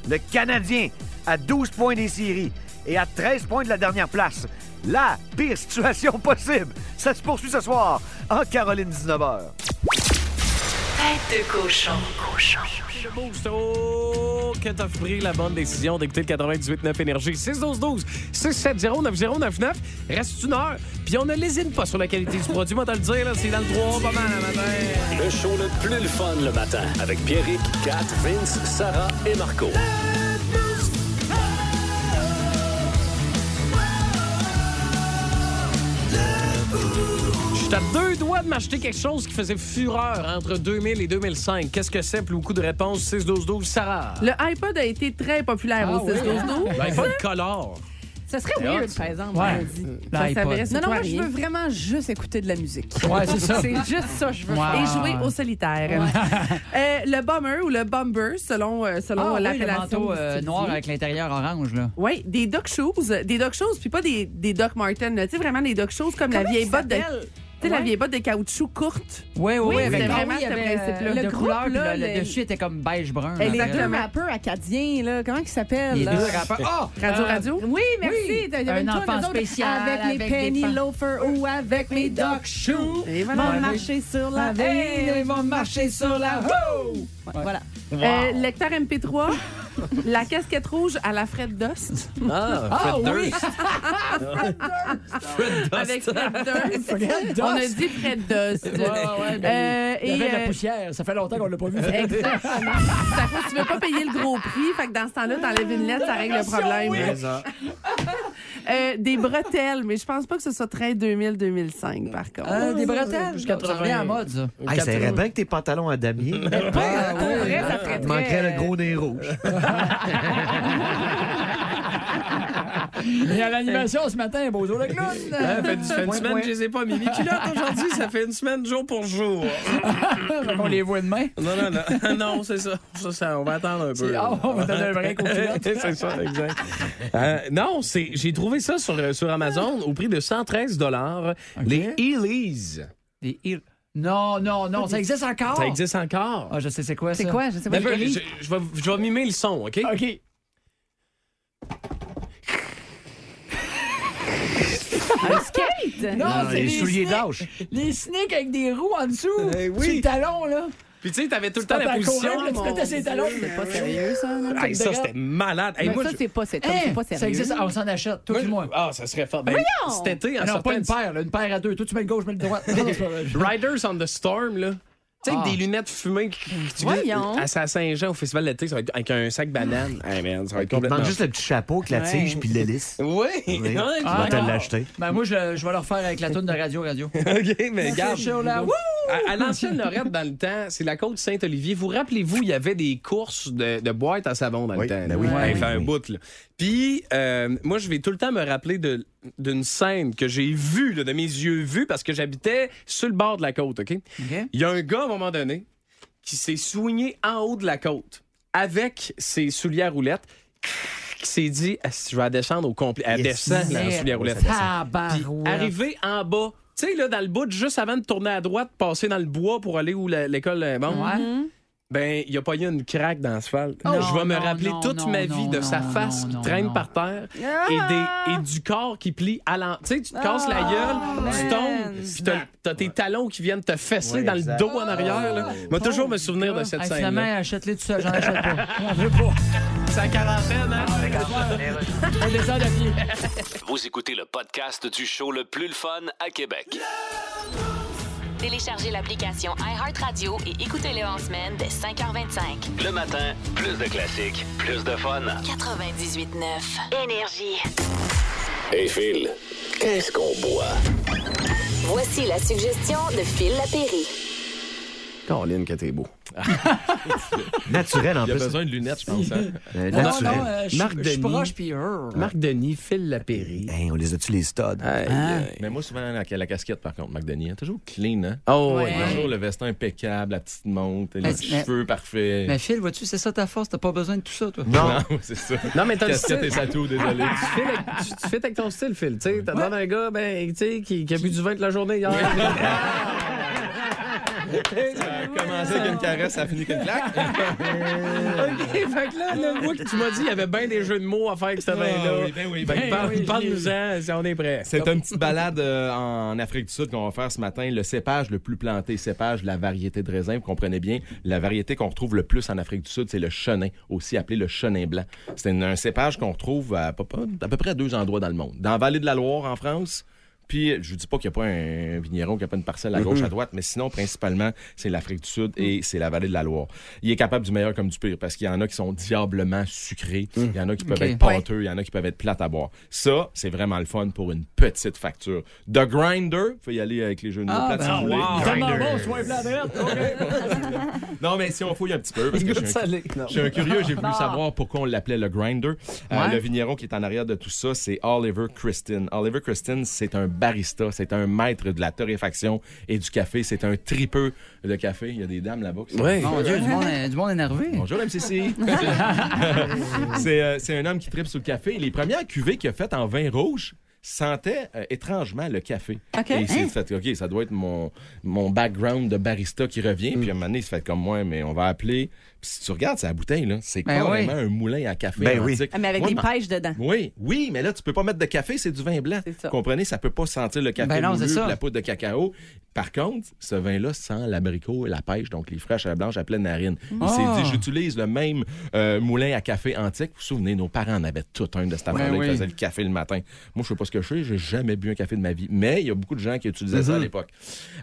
Speaker 4: Le Canadien à 12 points des séries et à 13 points de la dernière place. La pire situation possible. Ça se poursuit ce soir en Caroline 19h.
Speaker 11: Tête de cochon. Cochon.
Speaker 3: Le boost oh, que t'as pris la bonne décision d'écouter le 98.9 Énergie. 6 12 12 6 7 0 9 0 9 9 Reste une heure, puis on ne lésine pas sur la qualité du produit. Moi, t'as le dire, là, c'est dans le 3, pas mal à matin.
Speaker 2: Le show le plus le fun le matin avec Pierrick, Kat, Vince, Sarah et Marco.
Speaker 3: J'étais à deux doigts de m'acheter quelque chose qui faisait fureur entre 2000 et 2005. Qu'est-ce que c'est? Plus coup de réponse 6 12 12 Sarah.
Speaker 9: Le iPod a été très populaire au 6 12 12.
Speaker 3: L'iPhone color.
Speaker 6: Ah Ça serait
Speaker 3: C'est
Speaker 6: weird,
Speaker 3: hot.
Speaker 6: par exemple.
Speaker 3: Ouais.
Speaker 6: on dit.
Speaker 3: Ça, ça
Speaker 9: L'iPod.
Speaker 6: Non, non, moi,
Speaker 9: Toi,
Speaker 6: je
Speaker 9: rien.
Speaker 6: veux vraiment juste écouter de la musique.
Speaker 9: Ouais, c'est ça.
Speaker 6: C'est juste ça, que je veux
Speaker 9: Wow.
Speaker 6: faire.
Speaker 9: Et jouer au solitaire. Euh, le bomber ou le bomber, selon, euh,
Speaker 5: Ah,
Speaker 6: Oh,
Speaker 9: selon
Speaker 5: oui, le
Speaker 9: l'appellation.
Speaker 5: manteau
Speaker 9: du
Speaker 5: euh,
Speaker 9: studio.
Speaker 5: noir avec l'intérieur orange, là.
Speaker 9: Oui, des Doc Shoes. Des Doc Shoes, puis pas des, des Doc Martens. là. Tu sais, vraiment des Doc Shoes comme la
Speaker 5: Comment
Speaker 9: vieille
Speaker 5: ils
Speaker 9: botte de. Tu
Speaker 5: s'appellent?
Speaker 9: sais, la
Speaker 5: Ouais.
Speaker 9: vieille botte de caoutchouc courte.
Speaker 5: Ouais, ouais,
Speaker 9: Oui,
Speaker 5: ouais, avec
Speaker 9: c'était
Speaker 5: ah
Speaker 9: vraiment
Speaker 5: oui, il y
Speaker 9: ce
Speaker 5: avait,
Speaker 9: principe-là.
Speaker 5: euh,
Speaker 9: Le
Speaker 5: de
Speaker 9: groupe,
Speaker 5: couleur, puis
Speaker 9: là,
Speaker 5: le, le
Speaker 9: le-
Speaker 5: dessus était comme beige brun.
Speaker 6: Et les
Speaker 5: après.
Speaker 6: deux rappeurs acadiens, là, comment ils s'appellent?
Speaker 5: Les
Speaker 6: là?
Speaker 5: deux rappeurs. Ah!
Speaker 6: Radio
Speaker 5: Euh,
Speaker 6: Radio? Oui, merci.
Speaker 5: oui.
Speaker 6: Il y avait
Speaker 5: Un
Speaker 6: une toune,
Speaker 5: enfant
Speaker 6: eux autres,
Speaker 5: spécial,
Speaker 6: Avec mes
Speaker 5: avec des
Speaker 6: penny
Speaker 5: pan-
Speaker 6: loafers ou avec mes duck shoes.
Speaker 9: Ils
Speaker 6: vont
Speaker 9: voilà. Ouais,
Speaker 6: marcher sur la
Speaker 5: Ah, hey,
Speaker 6: ville.
Speaker 5: ils vont marcher sur la roue.
Speaker 6: Voilà.
Speaker 9: Euh, lecteur MP3, la casquette rouge à la Fred Dust.
Speaker 11: Ah,
Speaker 9: Ah,
Speaker 11: Fred
Speaker 9: oui!
Speaker 11: Durst.
Speaker 9: Fred Avec Fred Durst.
Speaker 5: Fred Durst.
Speaker 9: On a dit Fred Dust.
Speaker 5: Ouais, ouais, ben,
Speaker 9: Euh,
Speaker 5: il y
Speaker 9: et,
Speaker 5: avait de la
Speaker 9: euh,
Speaker 5: poussière. Ça fait longtemps qu'on l'a pas vu.
Speaker 9: Exactement. Ça fait que tu veux pas payer le gros prix, fait que dans ce temps-là, t'enlèves une lettre, ça règle le problème. Euh, des bretelles, mais je pense pas que ce soit très 2000-2005, par contre.
Speaker 5: Euh,
Speaker 6: Ah,
Speaker 5: des bretelles? Plus
Speaker 9: Ça
Speaker 5: 80.
Speaker 9: revient en mode, ça.
Speaker 4: Hey, ça irait bien que tes pantalons à damier.
Speaker 6: ben,
Speaker 9: Ah, ouais.
Speaker 4: Il manquerait le gros nez rouge.
Speaker 5: Et à l'animation ce matin, Bozo le clown.
Speaker 3: Ça
Speaker 6: Ah,
Speaker 3: fait, ça fait une semaine que je les ai pas mis. Mes culottes aujourd'hui, ça fait une semaine jour pour jour.
Speaker 5: On les voit demain.
Speaker 3: Non, non, non. Non, c'est ça. ça, ça, On va attendre un peu.
Speaker 5: Ah, on va donner un break aux culottes.
Speaker 3: c'est ça, exact. Euh, non, c'est, j'ai trouvé ça sur, euh, sur Amazon au prix de 113 Les Heelys.
Speaker 5: Des îles. Non, non, non, ça existe encore.
Speaker 3: Ça existe encore.
Speaker 5: Oh! Ah, je sais c'est quoi ça.
Speaker 6: C'est quoi? Je sais pas.
Speaker 3: Attends,
Speaker 6: Kelly?
Speaker 3: je, je vais, je vais mimer le son, OK?
Speaker 5: OK.
Speaker 6: Un skate?
Speaker 5: Non, c'est
Speaker 4: les
Speaker 5: Ah, les
Speaker 4: souliers
Speaker 5: sneaks.
Speaker 4: d'âge.
Speaker 5: Les sneaks avec des roues en dessous.
Speaker 3: Eh oui.
Speaker 5: Sur le talon, là.
Speaker 3: Puis tu sais, t'avais tout le temps la
Speaker 5: T'as
Speaker 3: position.
Speaker 5: courir, là, tu mettais ses talons.
Speaker 9: C'est pas sérieux, ça. là.
Speaker 3: Hey, ça, c'était malade. Hey,
Speaker 6: Mais
Speaker 3: moi,
Speaker 6: ça,
Speaker 3: je-
Speaker 6: c'est pas, c'est
Speaker 5: Hein?
Speaker 6: c'est pas
Speaker 5: Ça
Speaker 6: sérieux.
Speaker 5: existe, ah, on s'en achète, toi
Speaker 3: moi,
Speaker 5: et
Speaker 3: je-
Speaker 5: moi.
Speaker 3: Ah, ça serait fort. Ben, cet été, en
Speaker 5: Ah non,
Speaker 3: sortant
Speaker 5: pas une
Speaker 3: du-
Speaker 5: paire, là, une paire à deux. Toi, tu mets le gauche, je mets le droit.
Speaker 3: Riders on the Storm, là. Tu sais, avec des lunettes fumées qui qui- tu
Speaker 6: Voyons.
Speaker 3: à à Saint-Jean au festival d'été, ça va être avec un sac banane. Hey man, ça va être
Speaker 4: Il te
Speaker 3: complètement
Speaker 4: manque juste le petit chapeau avec la
Speaker 5: Ouais.
Speaker 4: tige puis l'hélice.
Speaker 3: Oui, Ouais,
Speaker 4: Tu
Speaker 5: Ah,
Speaker 4: vas te
Speaker 5: non.
Speaker 4: l'acheter.
Speaker 5: Ben, moi, je, je vais le refaire avec la toune de Radio Radio.
Speaker 3: OK, mais garde.
Speaker 5: chaud, là. Wouh!
Speaker 3: À, à l'ancienne Lorette, dans le temps, c'est la côte Saint-Olivier. Vous rappelez-vous, il y avait des courses de, de boîtes à savon dans
Speaker 4: Oui,
Speaker 3: le temps.
Speaker 4: ben
Speaker 3: là.
Speaker 4: oui, ben
Speaker 3: Ouais,
Speaker 4: oui,
Speaker 3: fait un
Speaker 4: oui.
Speaker 3: bout, là. Puis, euh, moi, je vais tout le temps me rappeler de- d'une scène que j'ai vue, là, de mes yeux vus, parce que j'habitais sur le bord de la côte, OK? Il y a un gars, à un moment donné, qui s'est soigné en haut de la côte avec ses souliers à roulettes, qui s'est dit, Ah, si je vais la descendre au complet. Elle
Speaker 4: Yes. Ah,
Speaker 3: descend, la souliers à roulettes. Puis
Speaker 5: Tabarouette.
Speaker 3: arrivé en bas, tu sais, là, dans le bout, juste avant de tourner à droite, passer dans le bois pour aller où la- l'école est bon.
Speaker 5: Ouais.
Speaker 3: Ben, il a pas eu une craque l'asphalte.
Speaker 5: Mm-hmm. Oh.
Speaker 3: je vais me
Speaker 5: Non,
Speaker 3: rappeler
Speaker 5: non,
Speaker 3: toute
Speaker 5: non,
Speaker 3: ma vie
Speaker 5: non,
Speaker 3: de
Speaker 5: non,
Speaker 3: sa face
Speaker 5: non, Ah!
Speaker 3: qui
Speaker 5: non,
Speaker 3: traîne
Speaker 5: non.
Speaker 3: par terre et, des, et du corps qui plie à l'en... Tu sais, tu te casses
Speaker 5: Ah,
Speaker 3: la gueule, tu tombes, puis t'as- t'as tes talons qui viennent te fesser
Speaker 4: Ouais,
Speaker 3: dans le
Speaker 4: exact.
Speaker 3: dos en arrière. Là. Moi, toujours me souvenir de cette
Speaker 5: Oh, Hey, finalement,
Speaker 3: scène-là.
Speaker 5: achète-les tout seul, j'en achète pas. On veut pas.
Speaker 3: C'est la quarantaine, hein?
Speaker 5: On descend de pied.
Speaker 2: Vous écoutez le podcast du show le plus le fun à Québec.
Speaker 1: Téléchargez l'application iHeartRadio et écoutez-le en semaine dès 5h25.
Speaker 2: Le matin, plus de classiques, plus de fun.
Speaker 1: 98.9 Énergie.
Speaker 2: Et Phil, qu'est-ce qu'on boit?
Speaker 1: Voici la suggestion de Phil Lapéry.
Speaker 3: Caroline, que t'es beau.
Speaker 4: Naturel en
Speaker 3: Il a
Speaker 4: plus.
Speaker 3: besoin de lunettes, je pense. hein?
Speaker 4: Euh,
Speaker 5: Non, non,
Speaker 4: naturel.
Speaker 5: euh, je
Speaker 3: Marc
Speaker 5: suis- je suis
Speaker 3: Denis.
Speaker 5: proche, puis... euh,
Speaker 3: Marc Denis, Phil Lapéry.
Speaker 4: Hey, on les a-tu les studs?
Speaker 3: Aïe,
Speaker 5: Hein?
Speaker 3: aïe.
Speaker 11: Mais moi, souvent, la, la casquette, par contre, McDonnie, hein, toujours clean, hein?
Speaker 3: Oh,
Speaker 5: Ouais. Ben,
Speaker 3: ouais.
Speaker 11: Toujours le veston impeccable, la petite montre, les
Speaker 5: Mais-
Speaker 11: petits
Speaker 5: mais-
Speaker 11: cheveux parfaits. Ben,
Speaker 5: Mais Phil, vois-tu, c'est ça ta force, t'as pas besoin de tout ça, toi.
Speaker 4: Non.
Speaker 11: Non, c'est ça.
Speaker 3: Non, mais t'as le
Speaker 11: Casquette
Speaker 3: style.
Speaker 11: et tatou, désolé.
Speaker 3: tu, fais avec, tu- tu fais avec ton style, Phil. Tu sais, t'as demandé à un gars ben, tu sais, qui, qui a bu du vin toute la journée hier.
Speaker 11: Ça a commencé avec une caresse, ça a fini avec une claque.
Speaker 3: OK, fait que là, là, moi que tu m'as dit, il y avait bien des jeux de mots à faire avec ce vin-là.
Speaker 11: oui, ben oui,
Speaker 3: Fait que
Speaker 11: ben
Speaker 3: parle-
Speaker 11: oui, je
Speaker 3: Parle-nous-en si on est prêt.
Speaker 11: C'est une petite balade euh, en Afrique du Sud qu'on va faire ce matin. Le cépage le plus planté, cépage, la variété de raisin. Vous comprenez bien, la variété qu'on retrouve le plus en Afrique du Sud, c'est le chenin, aussi appelé le chenin blanc. C'est une- un cépage qu'on retrouve à, peu près- à peu près à deux endroits dans le monde. Dans la vallée de la Loire, en France, puis je vous dis pas qu'il n'y a pas un vigneron, qu'il n'y a pas une parcelle à gauche, à droite, mais sinon, principalement, c'est l'Afrique du Sud et c'est la vallée de la Loire. Il est capable du meilleur comme du pire, parce qu'il y en a qui sont diablement sucrés, il y en a qui peuvent
Speaker 5: Ok.
Speaker 11: être pâteux, il y en a qui peuvent être plates à boire. Ça, c'est vraiment le fun pour une petite facture. The Grinder, faut y aller avec les jeux de mots
Speaker 5: Ah,
Speaker 11: plates, si
Speaker 5: ben,
Speaker 11: vous voulez.
Speaker 5: Tellement
Speaker 4: Grinder.
Speaker 5: bon, soin plat drette.
Speaker 11: Non, mais si on fouille un petit peu, parce que je suis un cul- je suis un curieux, j'ai voulu savoir pourquoi on l'appelait le grinder. Euh,
Speaker 5: Ouais.
Speaker 11: le vigneron qui est en arrière de tout ça, c'est Oliver Christine. Oliver Christine, c'est un barista, c'est un maître de la torréfaction et du café. C'est un tripeux de café. Il y a des dames là-bas qui sont-
Speaker 3: Ouais.
Speaker 5: Mon Dieu, du monde, euh, du monde énervé.
Speaker 11: Bonjour, MCC. c'est euh, c'est un homme qui tripe sur le café. Les premières cuvées qu'il a faites en vin rouge sentaient euh, étrangement le café.
Speaker 6: OK.
Speaker 11: Et il s'est
Speaker 5: hein?
Speaker 11: fait, OK, ça doit être mon, mon background de barista qui revient. Puis à un moment donné, il se fait comme moi, mais on va appeler. Puis si tu regardes sa bouteille, là, c'est
Speaker 5: Ben
Speaker 11: carrément un moulin à café.
Speaker 4: Ben oui.
Speaker 11: antique.
Speaker 6: Ah, Mais avec
Speaker 11: Moi,
Speaker 6: des
Speaker 11: je m'en-
Speaker 6: pêches dedans.
Speaker 11: oui, oui, mais là, tu peux pas mettre de café, c'est du vin blanc.
Speaker 6: C'est ça.
Speaker 11: Comprenez, ça peut pas sentir le café
Speaker 5: Ben non,
Speaker 11: moulu,
Speaker 5: c'est ça.
Speaker 11: la poudre de cacao. Par contre, ce vin-là sent l'abricot et la pêche, donc les fraîches à la blanche à pleine narine. Il
Speaker 5: Ah.
Speaker 11: s'est dit, j'utilise le même euh, moulin à café antique. Vous vous souvenez, nos parents en avaient tout un de cet avant-là.
Speaker 5: Ben oui.
Speaker 11: Ils faisaient le café le matin. Moi, je sais pas ce que je fais, j'ai jamais bu un café de ma vie. Mais il y a beaucoup de gens qui utilisaient ça à l'époque.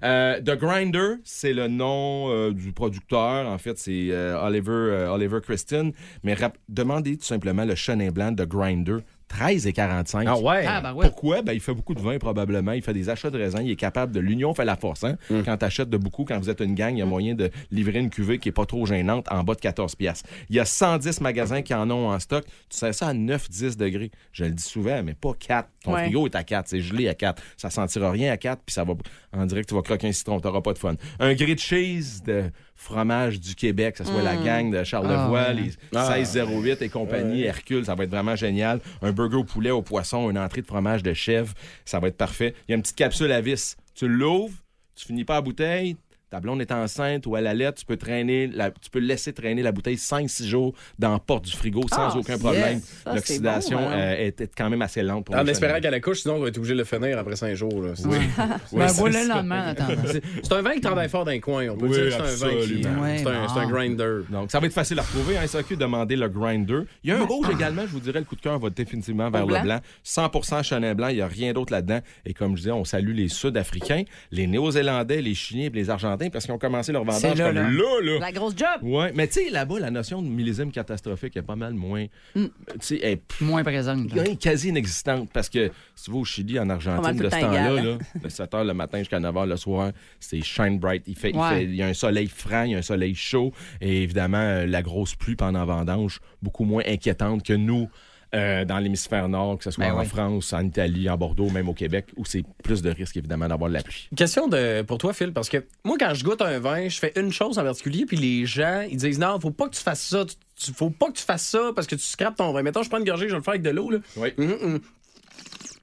Speaker 11: Euh, The Grinder, c'est le nom euh, du producteur. En fait, c'est euh, Oliver, euh, Oliver Christine. Mais rap- demandez tout simplement le chenin blanc de Grinder. 13 et 45.
Speaker 3: Ah ouais?
Speaker 5: Ah, ben ouais.
Speaker 11: Pourquoi? Ben, il fait beaucoup de vin, probablement. Il fait des achats de raisins. Il est capable de... L'union fait la force, hein?
Speaker 3: Mm.
Speaker 11: Quand t'achètes de beaucoup, quand vous êtes une gang, il y a moyen de livrer une cuvée qui est pas trop gênante en bas de 14 piastres. Il y a 110 magasins qui en ont en stock. Tu sais ça à 9-10 degrés. Je le dis souvent, Ah, mais pas 4. Ton
Speaker 6: Ouais.
Speaker 11: frigo est à 4. C'est gelé à 4. Ça sentira rien à 4, puis ça va... En direct, tu vas croquer un citron. T'auras pas de fun. Un gris de cheese de fromage du Québec, que ce soit la gang de Charlevoix,
Speaker 5: Ah,
Speaker 11: les 1608 et compagnie, Hercule, ça va être vraiment génial. Un burger au poulet, au poisson, une entrée de fromage de chèvre, ça va être parfait. Il y a une petite capsule à vis. Tu l'ouvres, tu finis pas la bouteille, ta blonde est enceinte ou elle allait, tu peux traîner, la- tu peux laisser traîner la bouteille 5-6 jours dans la porte du frigo sans
Speaker 6: Ah,
Speaker 11: aucun problème.
Speaker 6: yes. Ça, c'est
Speaker 11: L'oxydation
Speaker 6: bon, hein. Ah,
Speaker 11: euh, est, est quand même assez lente pour
Speaker 3: En
Speaker 11: le
Speaker 3: espérant
Speaker 11: cheval.
Speaker 3: qu'elle accouche, sinon on va être obligé de le finir après cinq jours. là. C'est-
Speaker 5: Ben,
Speaker 11: c'est
Speaker 5: voilà le
Speaker 11: ça.
Speaker 5: lendemain, en attendant.
Speaker 3: C'est c'est un vin qui travaille fort dans les coins. On peut
Speaker 11: Oui,
Speaker 3: dire que c'est un vin qui.
Speaker 11: absolument.
Speaker 3: C'est un, c'est un
Speaker 5: Ouais, bon.
Speaker 3: grinder.
Speaker 11: Donc, ça va être facile à retrouver. Hein, SAQ, demandez le grinder. Il y a un rouge également, je vous dirais, le coup de cœur va définitivement vers
Speaker 6: Au
Speaker 11: le
Speaker 6: blanc.
Speaker 11: blanc. 100 Chenin blanc, il n'y a rien d'autre là-dedans. Et comme je disais, on salue les Sud-Africains, les Néo-Zélandais, les Chiliens et les Argentins matin parce qu'ils ont commencé leur vendage
Speaker 6: C'est là,
Speaker 11: comme
Speaker 6: là.
Speaker 11: là, là.
Speaker 6: La grosse job.
Speaker 11: Ouais, mais tu sais, là-bas, la notion de millésime catastrophique est pas mal moins.
Speaker 6: Mm.
Speaker 11: Tu sais, elle est pff,
Speaker 5: Moins présente. là.
Speaker 11: elle est quasi inexistante parce que si tu vas au Chili, en
Speaker 5: Pas mal
Speaker 11: Argentine,
Speaker 5: tout
Speaker 11: de
Speaker 5: le
Speaker 11: ce
Speaker 5: temps
Speaker 11: temps-là,
Speaker 5: égal,
Speaker 11: là, de 7 h le matin jusqu'à 9 h le soir, c'est shine bright. Il, fait, il,
Speaker 5: Ouais.
Speaker 11: fait- il y a un soleil franc, il y a un soleil chaud et évidemment, euh, la grosse pluie pendant vendange, beaucoup moins inquiétante que nous. euh, dans l'hémisphère nord, que ce soit
Speaker 3: Ben
Speaker 11: en
Speaker 3: oui.
Speaker 11: France, en Italie, en Bordeaux, même au Québec, où c'est plus de risque évidemment d'avoir de la pluie.
Speaker 3: Une Question de, pour toi, Phil, parce que moi, quand je goûte un vin, je fais une chose en particulier, puis les gens, ils disent non, faut pas que tu fasses ça, tu- tu- faut pas que tu fasses ça parce que tu scrapes ton vin. Mettons, je prends une gorgée, je vais le faire avec de l'eau. là.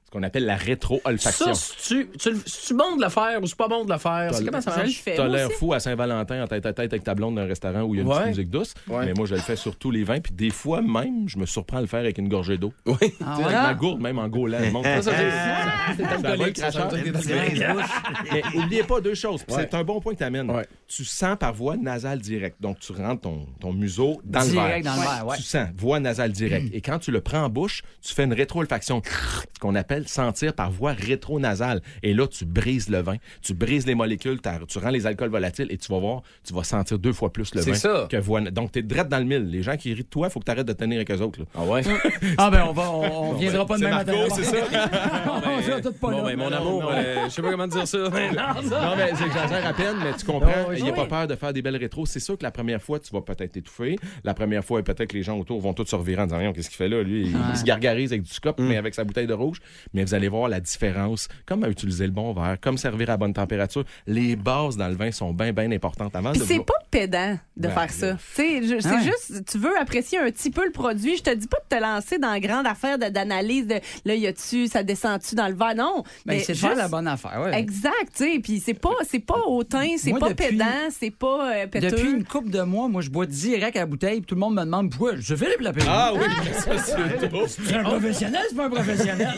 Speaker 11: Ce qu'on appelle la rétro-olfaction.
Speaker 3: Ça, c'est-tu tu, le- c'est-tu bon de le faire ou c'est pas bon de le faire? C'est Comment ça marche?
Speaker 11: T'as l'air fou à Saint-Valentin en tête à tête avec ta blonde d'un restaurant où il y a une
Speaker 3: Ouais.
Speaker 11: petite musique douce. Mais moi, je le fais sur tous les vins. Puis des fois même, je me surprends à le faire avec une gorgée d'eau. Oui.
Speaker 3: Ah,
Speaker 11: avec
Speaker 3: voilà.
Speaker 11: ma gourde, même en gaulant. Je monte.
Speaker 3: Ça, ça, c'est-
Speaker 11: Ça,
Speaker 3: c'est
Speaker 11: ça va,
Speaker 3: alcoolique,
Speaker 11: le cracheur.
Speaker 3: ça, ça, c'est
Speaker 11: Mais-
Speaker 3: alcoolique.
Speaker 11: Mais oubliez pas deux choses. puis
Speaker 3: Ouais.
Speaker 11: C'est un bon point que tu amènes. Tu sens par voie nasale directe. Donc, tu rentres ton, ton museau dans le verre.
Speaker 5: Direct dans le verre, ouais.
Speaker 11: Tu sens, voie nasale
Speaker 3: Mm.
Speaker 11: directe. Et quand tu le prends en bouche, tu fais une rétro-olfaction, ce qu'on appelle sentir par voie rétro-nasale. Et là, tu brises le vin, tu brises les molécules, t'as- tu rends les alcools volatiles et tu vas voir, tu vas sentir deux fois plus le
Speaker 3: C'est
Speaker 11: vin.
Speaker 3: ça.
Speaker 11: Que voie... Donc, tu es drette dans le mille. Les gens qui rient de toi, faut que tu arrêtes de tenir avec eux autres. Ah
Speaker 3: ouais?
Speaker 5: Ah, ben, on va, on, on viendra pas
Speaker 11: c'est
Speaker 5: demain
Speaker 11: Marco,
Speaker 5: matin.
Speaker 11: c'est ça? Ah,
Speaker 5: On sera tous pas
Speaker 3: Bon,
Speaker 5: là.
Speaker 3: ben, mon amour, euh, je sais pas comment dire ça.
Speaker 11: Non, mais j'exagère
Speaker 6: Ah,
Speaker 11: à peine, mais tu
Speaker 3: Non,
Speaker 11: comprends.
Speaker 3: oui,
Speaker 11: Il n'y a
Speaker 3: oui.
Speaker 11: pas peur de faire des belles rétros. C'est sûr que la première fois, tu vas peut-être t'étouffer. La première fois, peut-être que les gens autour vont tous se revirer en disant Voyons, Qu'est-ce qu'il fait là Lui, il- il se gargarise avec du scope, mais avec sa bouteille de rouge. Mais vous allez voir la différence. Comment utiliser le bon verre, comme servir à bonne température. Les bases dans le vin sont bien, bien importantes avant
Speaker 6: Puis
Speaker 11: de.
Speaker 6: c'est
Speaker 11: vouloir-
Speaker 6: pas pédant de
Speaker 11: Ben,
Speaker 6: faire ça. Tu sais, je-
Speaker 11: Ah
Speaker 6: C'est
Speaker 11: ouais.
Speaker 6: juste, tu veux apprécier un petit peu le produit. Je te dis pas de te lancer dans la grande affaire de- d'analyse de là, y a-tu, ça descend-tu dans le verre. Non.
Speaker 5: Ben, c'est de faire
Speaker 6: juste-
Speaker 5: la bonne affaire, ouais.
Speaker 6: Exact, tu sais. Puis c'est pas, c'est pas hautain, c'est
Speaker 5: Moi,
Speaker 6: pas
Speaker 5: depuis-
Speaker 6: pédant, c'est pas euh, péteux.
Speaker 5: Depuis une coupe de mois, moi, je bois direct à la bouteille, puis tout le monde me demande pourquoi. Je vais les Lapérouse.
Speaker 11: Ah oui, ça, c'est drôle.
Speaker 5: C'est un professionnel, c'est pas un professionnel.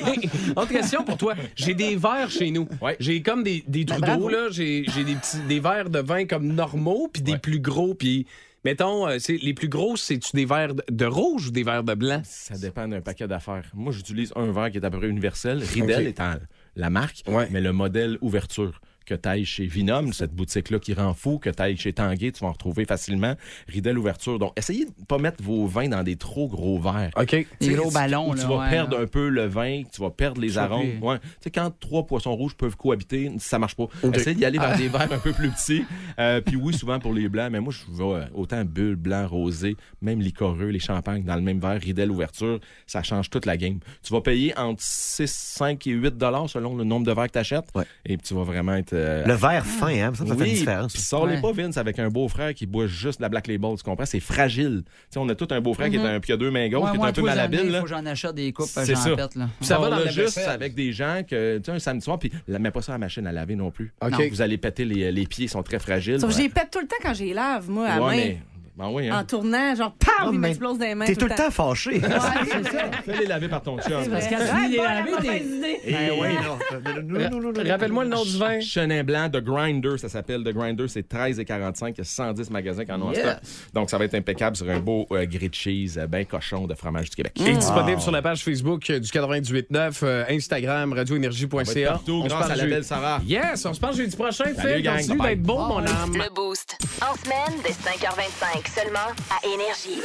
Speaker 3: Autre question pour toi. J'ai des verres chez nous. J'ai comme des, des
Speaker 6: Ben,
Speaker 3: trous
Speaker 5: bravo.
Speaker 3: d'eau, là. J'ai j'ai des, petits- des verres de vin comme normaux, puis des plus gros. Puis, mettons, euh, c'est- les plus gros, c'est-tu des verres de- de rouge ou des verres de blanc?
Speaker 11: Ça dépend d'un paquet d'affaires. Moi, j'utilise un verre qui est à peu près universel. Riedel
Speaker 3: Ok.
Speaker 11: est en- la marque, mais le modèle ouverture que t'ailles chez Vinum, cette boutique-là qui rend fou, que t'ailles chez Tanguay, tu vas en retrouver facilement. Riedel ouverture. Donc, essayez de pas mettre vos vins dans des trop gros verres.
Speaker 3: OK. Des
Speaker 5: gros ballons,
Speaker 11: Tu
Speaker 5: là,
Speaker 11: vas
Speaker 5: ouais,
Speaker 11: perdre
Speaker 5: ouais.
Speaker 11: un peu le vin, tu vas perdre les
Speaker 5: Choper.
Speaker 11: arômes. Ouais. Tu sais, quand trois poissons rouges peuvent cohabiter, ça marche pas.
Speaker 3: Ok.
Speaker 11: Essayez d'y aller vers
Speaker 3: Ah.
Speaker 11: des verres un peu plus petits. Euh, puis oui, souvent pour les blancs, mais moi, je vois euh, autant bulles, blancs, rosés, même licoreux, les champagnes dans le même verre, ridel, ouverture, ça change toute la game. Tu vas payer entre 6, 5 et 8 dollars selon le nombre de verres que tu achètes. Et puis tu vas vraiment être. euh,
Speaker 4: Le verre fin, hein, ça, ça fait
Speaker 11: oui,
Speaker 4: une différence.
Speaker 11: Puis sors les
Speaker 4: Ouais.
Speaker 11: pas, Vince, avec un beau-frère qui boit juste de la Black Label, tu comprends? C'est fragile. Tu sais, on a tout un beau-frère qui est un, qui a deux mains gauches,
Speaker 5: Mm-hmm. Ouais,
Speaker 11: qui est
Speaker 5: moi,
Speaker 11: un peu
Speaker 5: tous les
Speaker 11: malhabile.
Speaker 5: années,
Speaker 11: là.
Speaker 5: faut que j'en achète des coupes,
Speaker 11: C'est
Speaker 5: j'en
Speaker 11: ça.
Speaker 5: pète, là.
Speaker 11: Puis ça
Speaker 5: Bon,
Speaker 11: va dans
Speaker 5: là,
Speaker 11: le
Speaker 5: je
Speaker 11: juste
Speaker 5: fais.
Speaker 11: avec des gens que, tu sais, un samedi soir, puis la- mets pas ça à la machine à laver non plus.
Speaker 5: Ok.
Speaker 11: Non, Vous allez péter les, les pieds, ils sont très fragiles.
Speaker 6: Sauf que
Speaker 11: Ouais.
Speaker 6: j'y pète tout le temps quand j'y lave, moi,
Speaker 11: Ouais,
Speaker 6: à main.
Speaker 11: mais- ben oui, hein.
Speaker 6: En tournant, genre, pam, il m'explose dans les mains.
Speaker 11: fâché.
Speaker 6: Ouais, c'est ça.
Speaker 11: Fais les laver par ton chum.
Speaker 6: C'est vrai.
Speaker 5: Pascal, tu
Speaker 6: Ouais,
Speaker 5: les
Speaker 6: pas la
Speaker 5: laver,
Speaker 6: mauvaise
Speaker 5: t'es-
Speaker 6: idée.
Speaker 11: Eh oui, non.
Speaker 3: Rappelle-moi le nom du vin.
Speaker 11: Chenin blanc de Grinder, ça s'appelle. De Grinder, c'est 13 et 45. Il y a 110 magasins qui en ont en
Speaker 3: Yes.
Speaker 11: stock. Donc, ça va être impeccable sur un beau euh, gris de cheese, euh, ben cochon de fromage du Québec.
Speaker 3: Il est disponible sur la page Facebook euh, du 98.9, euh, Instagram,
Speaker 11: On va être
Speaker 3: radioénergie.ca.
Speaker 11: partout grâce à la
Speaker 3: jeudi-
Speaker 11: belle Sarah.
Speaker 3: Yes, on se parle jeudi prochain.
Speaker 11: Salut,
Speaker 3: Phil,
Speaker 11: gang.
Speaker 3: continue
Speaker 11: Bye-bye.
Speaker 3: d'être beau, mon âme.
Speaker 1: Le Boost. En semaine, dès 5h25, seulement à Énergie.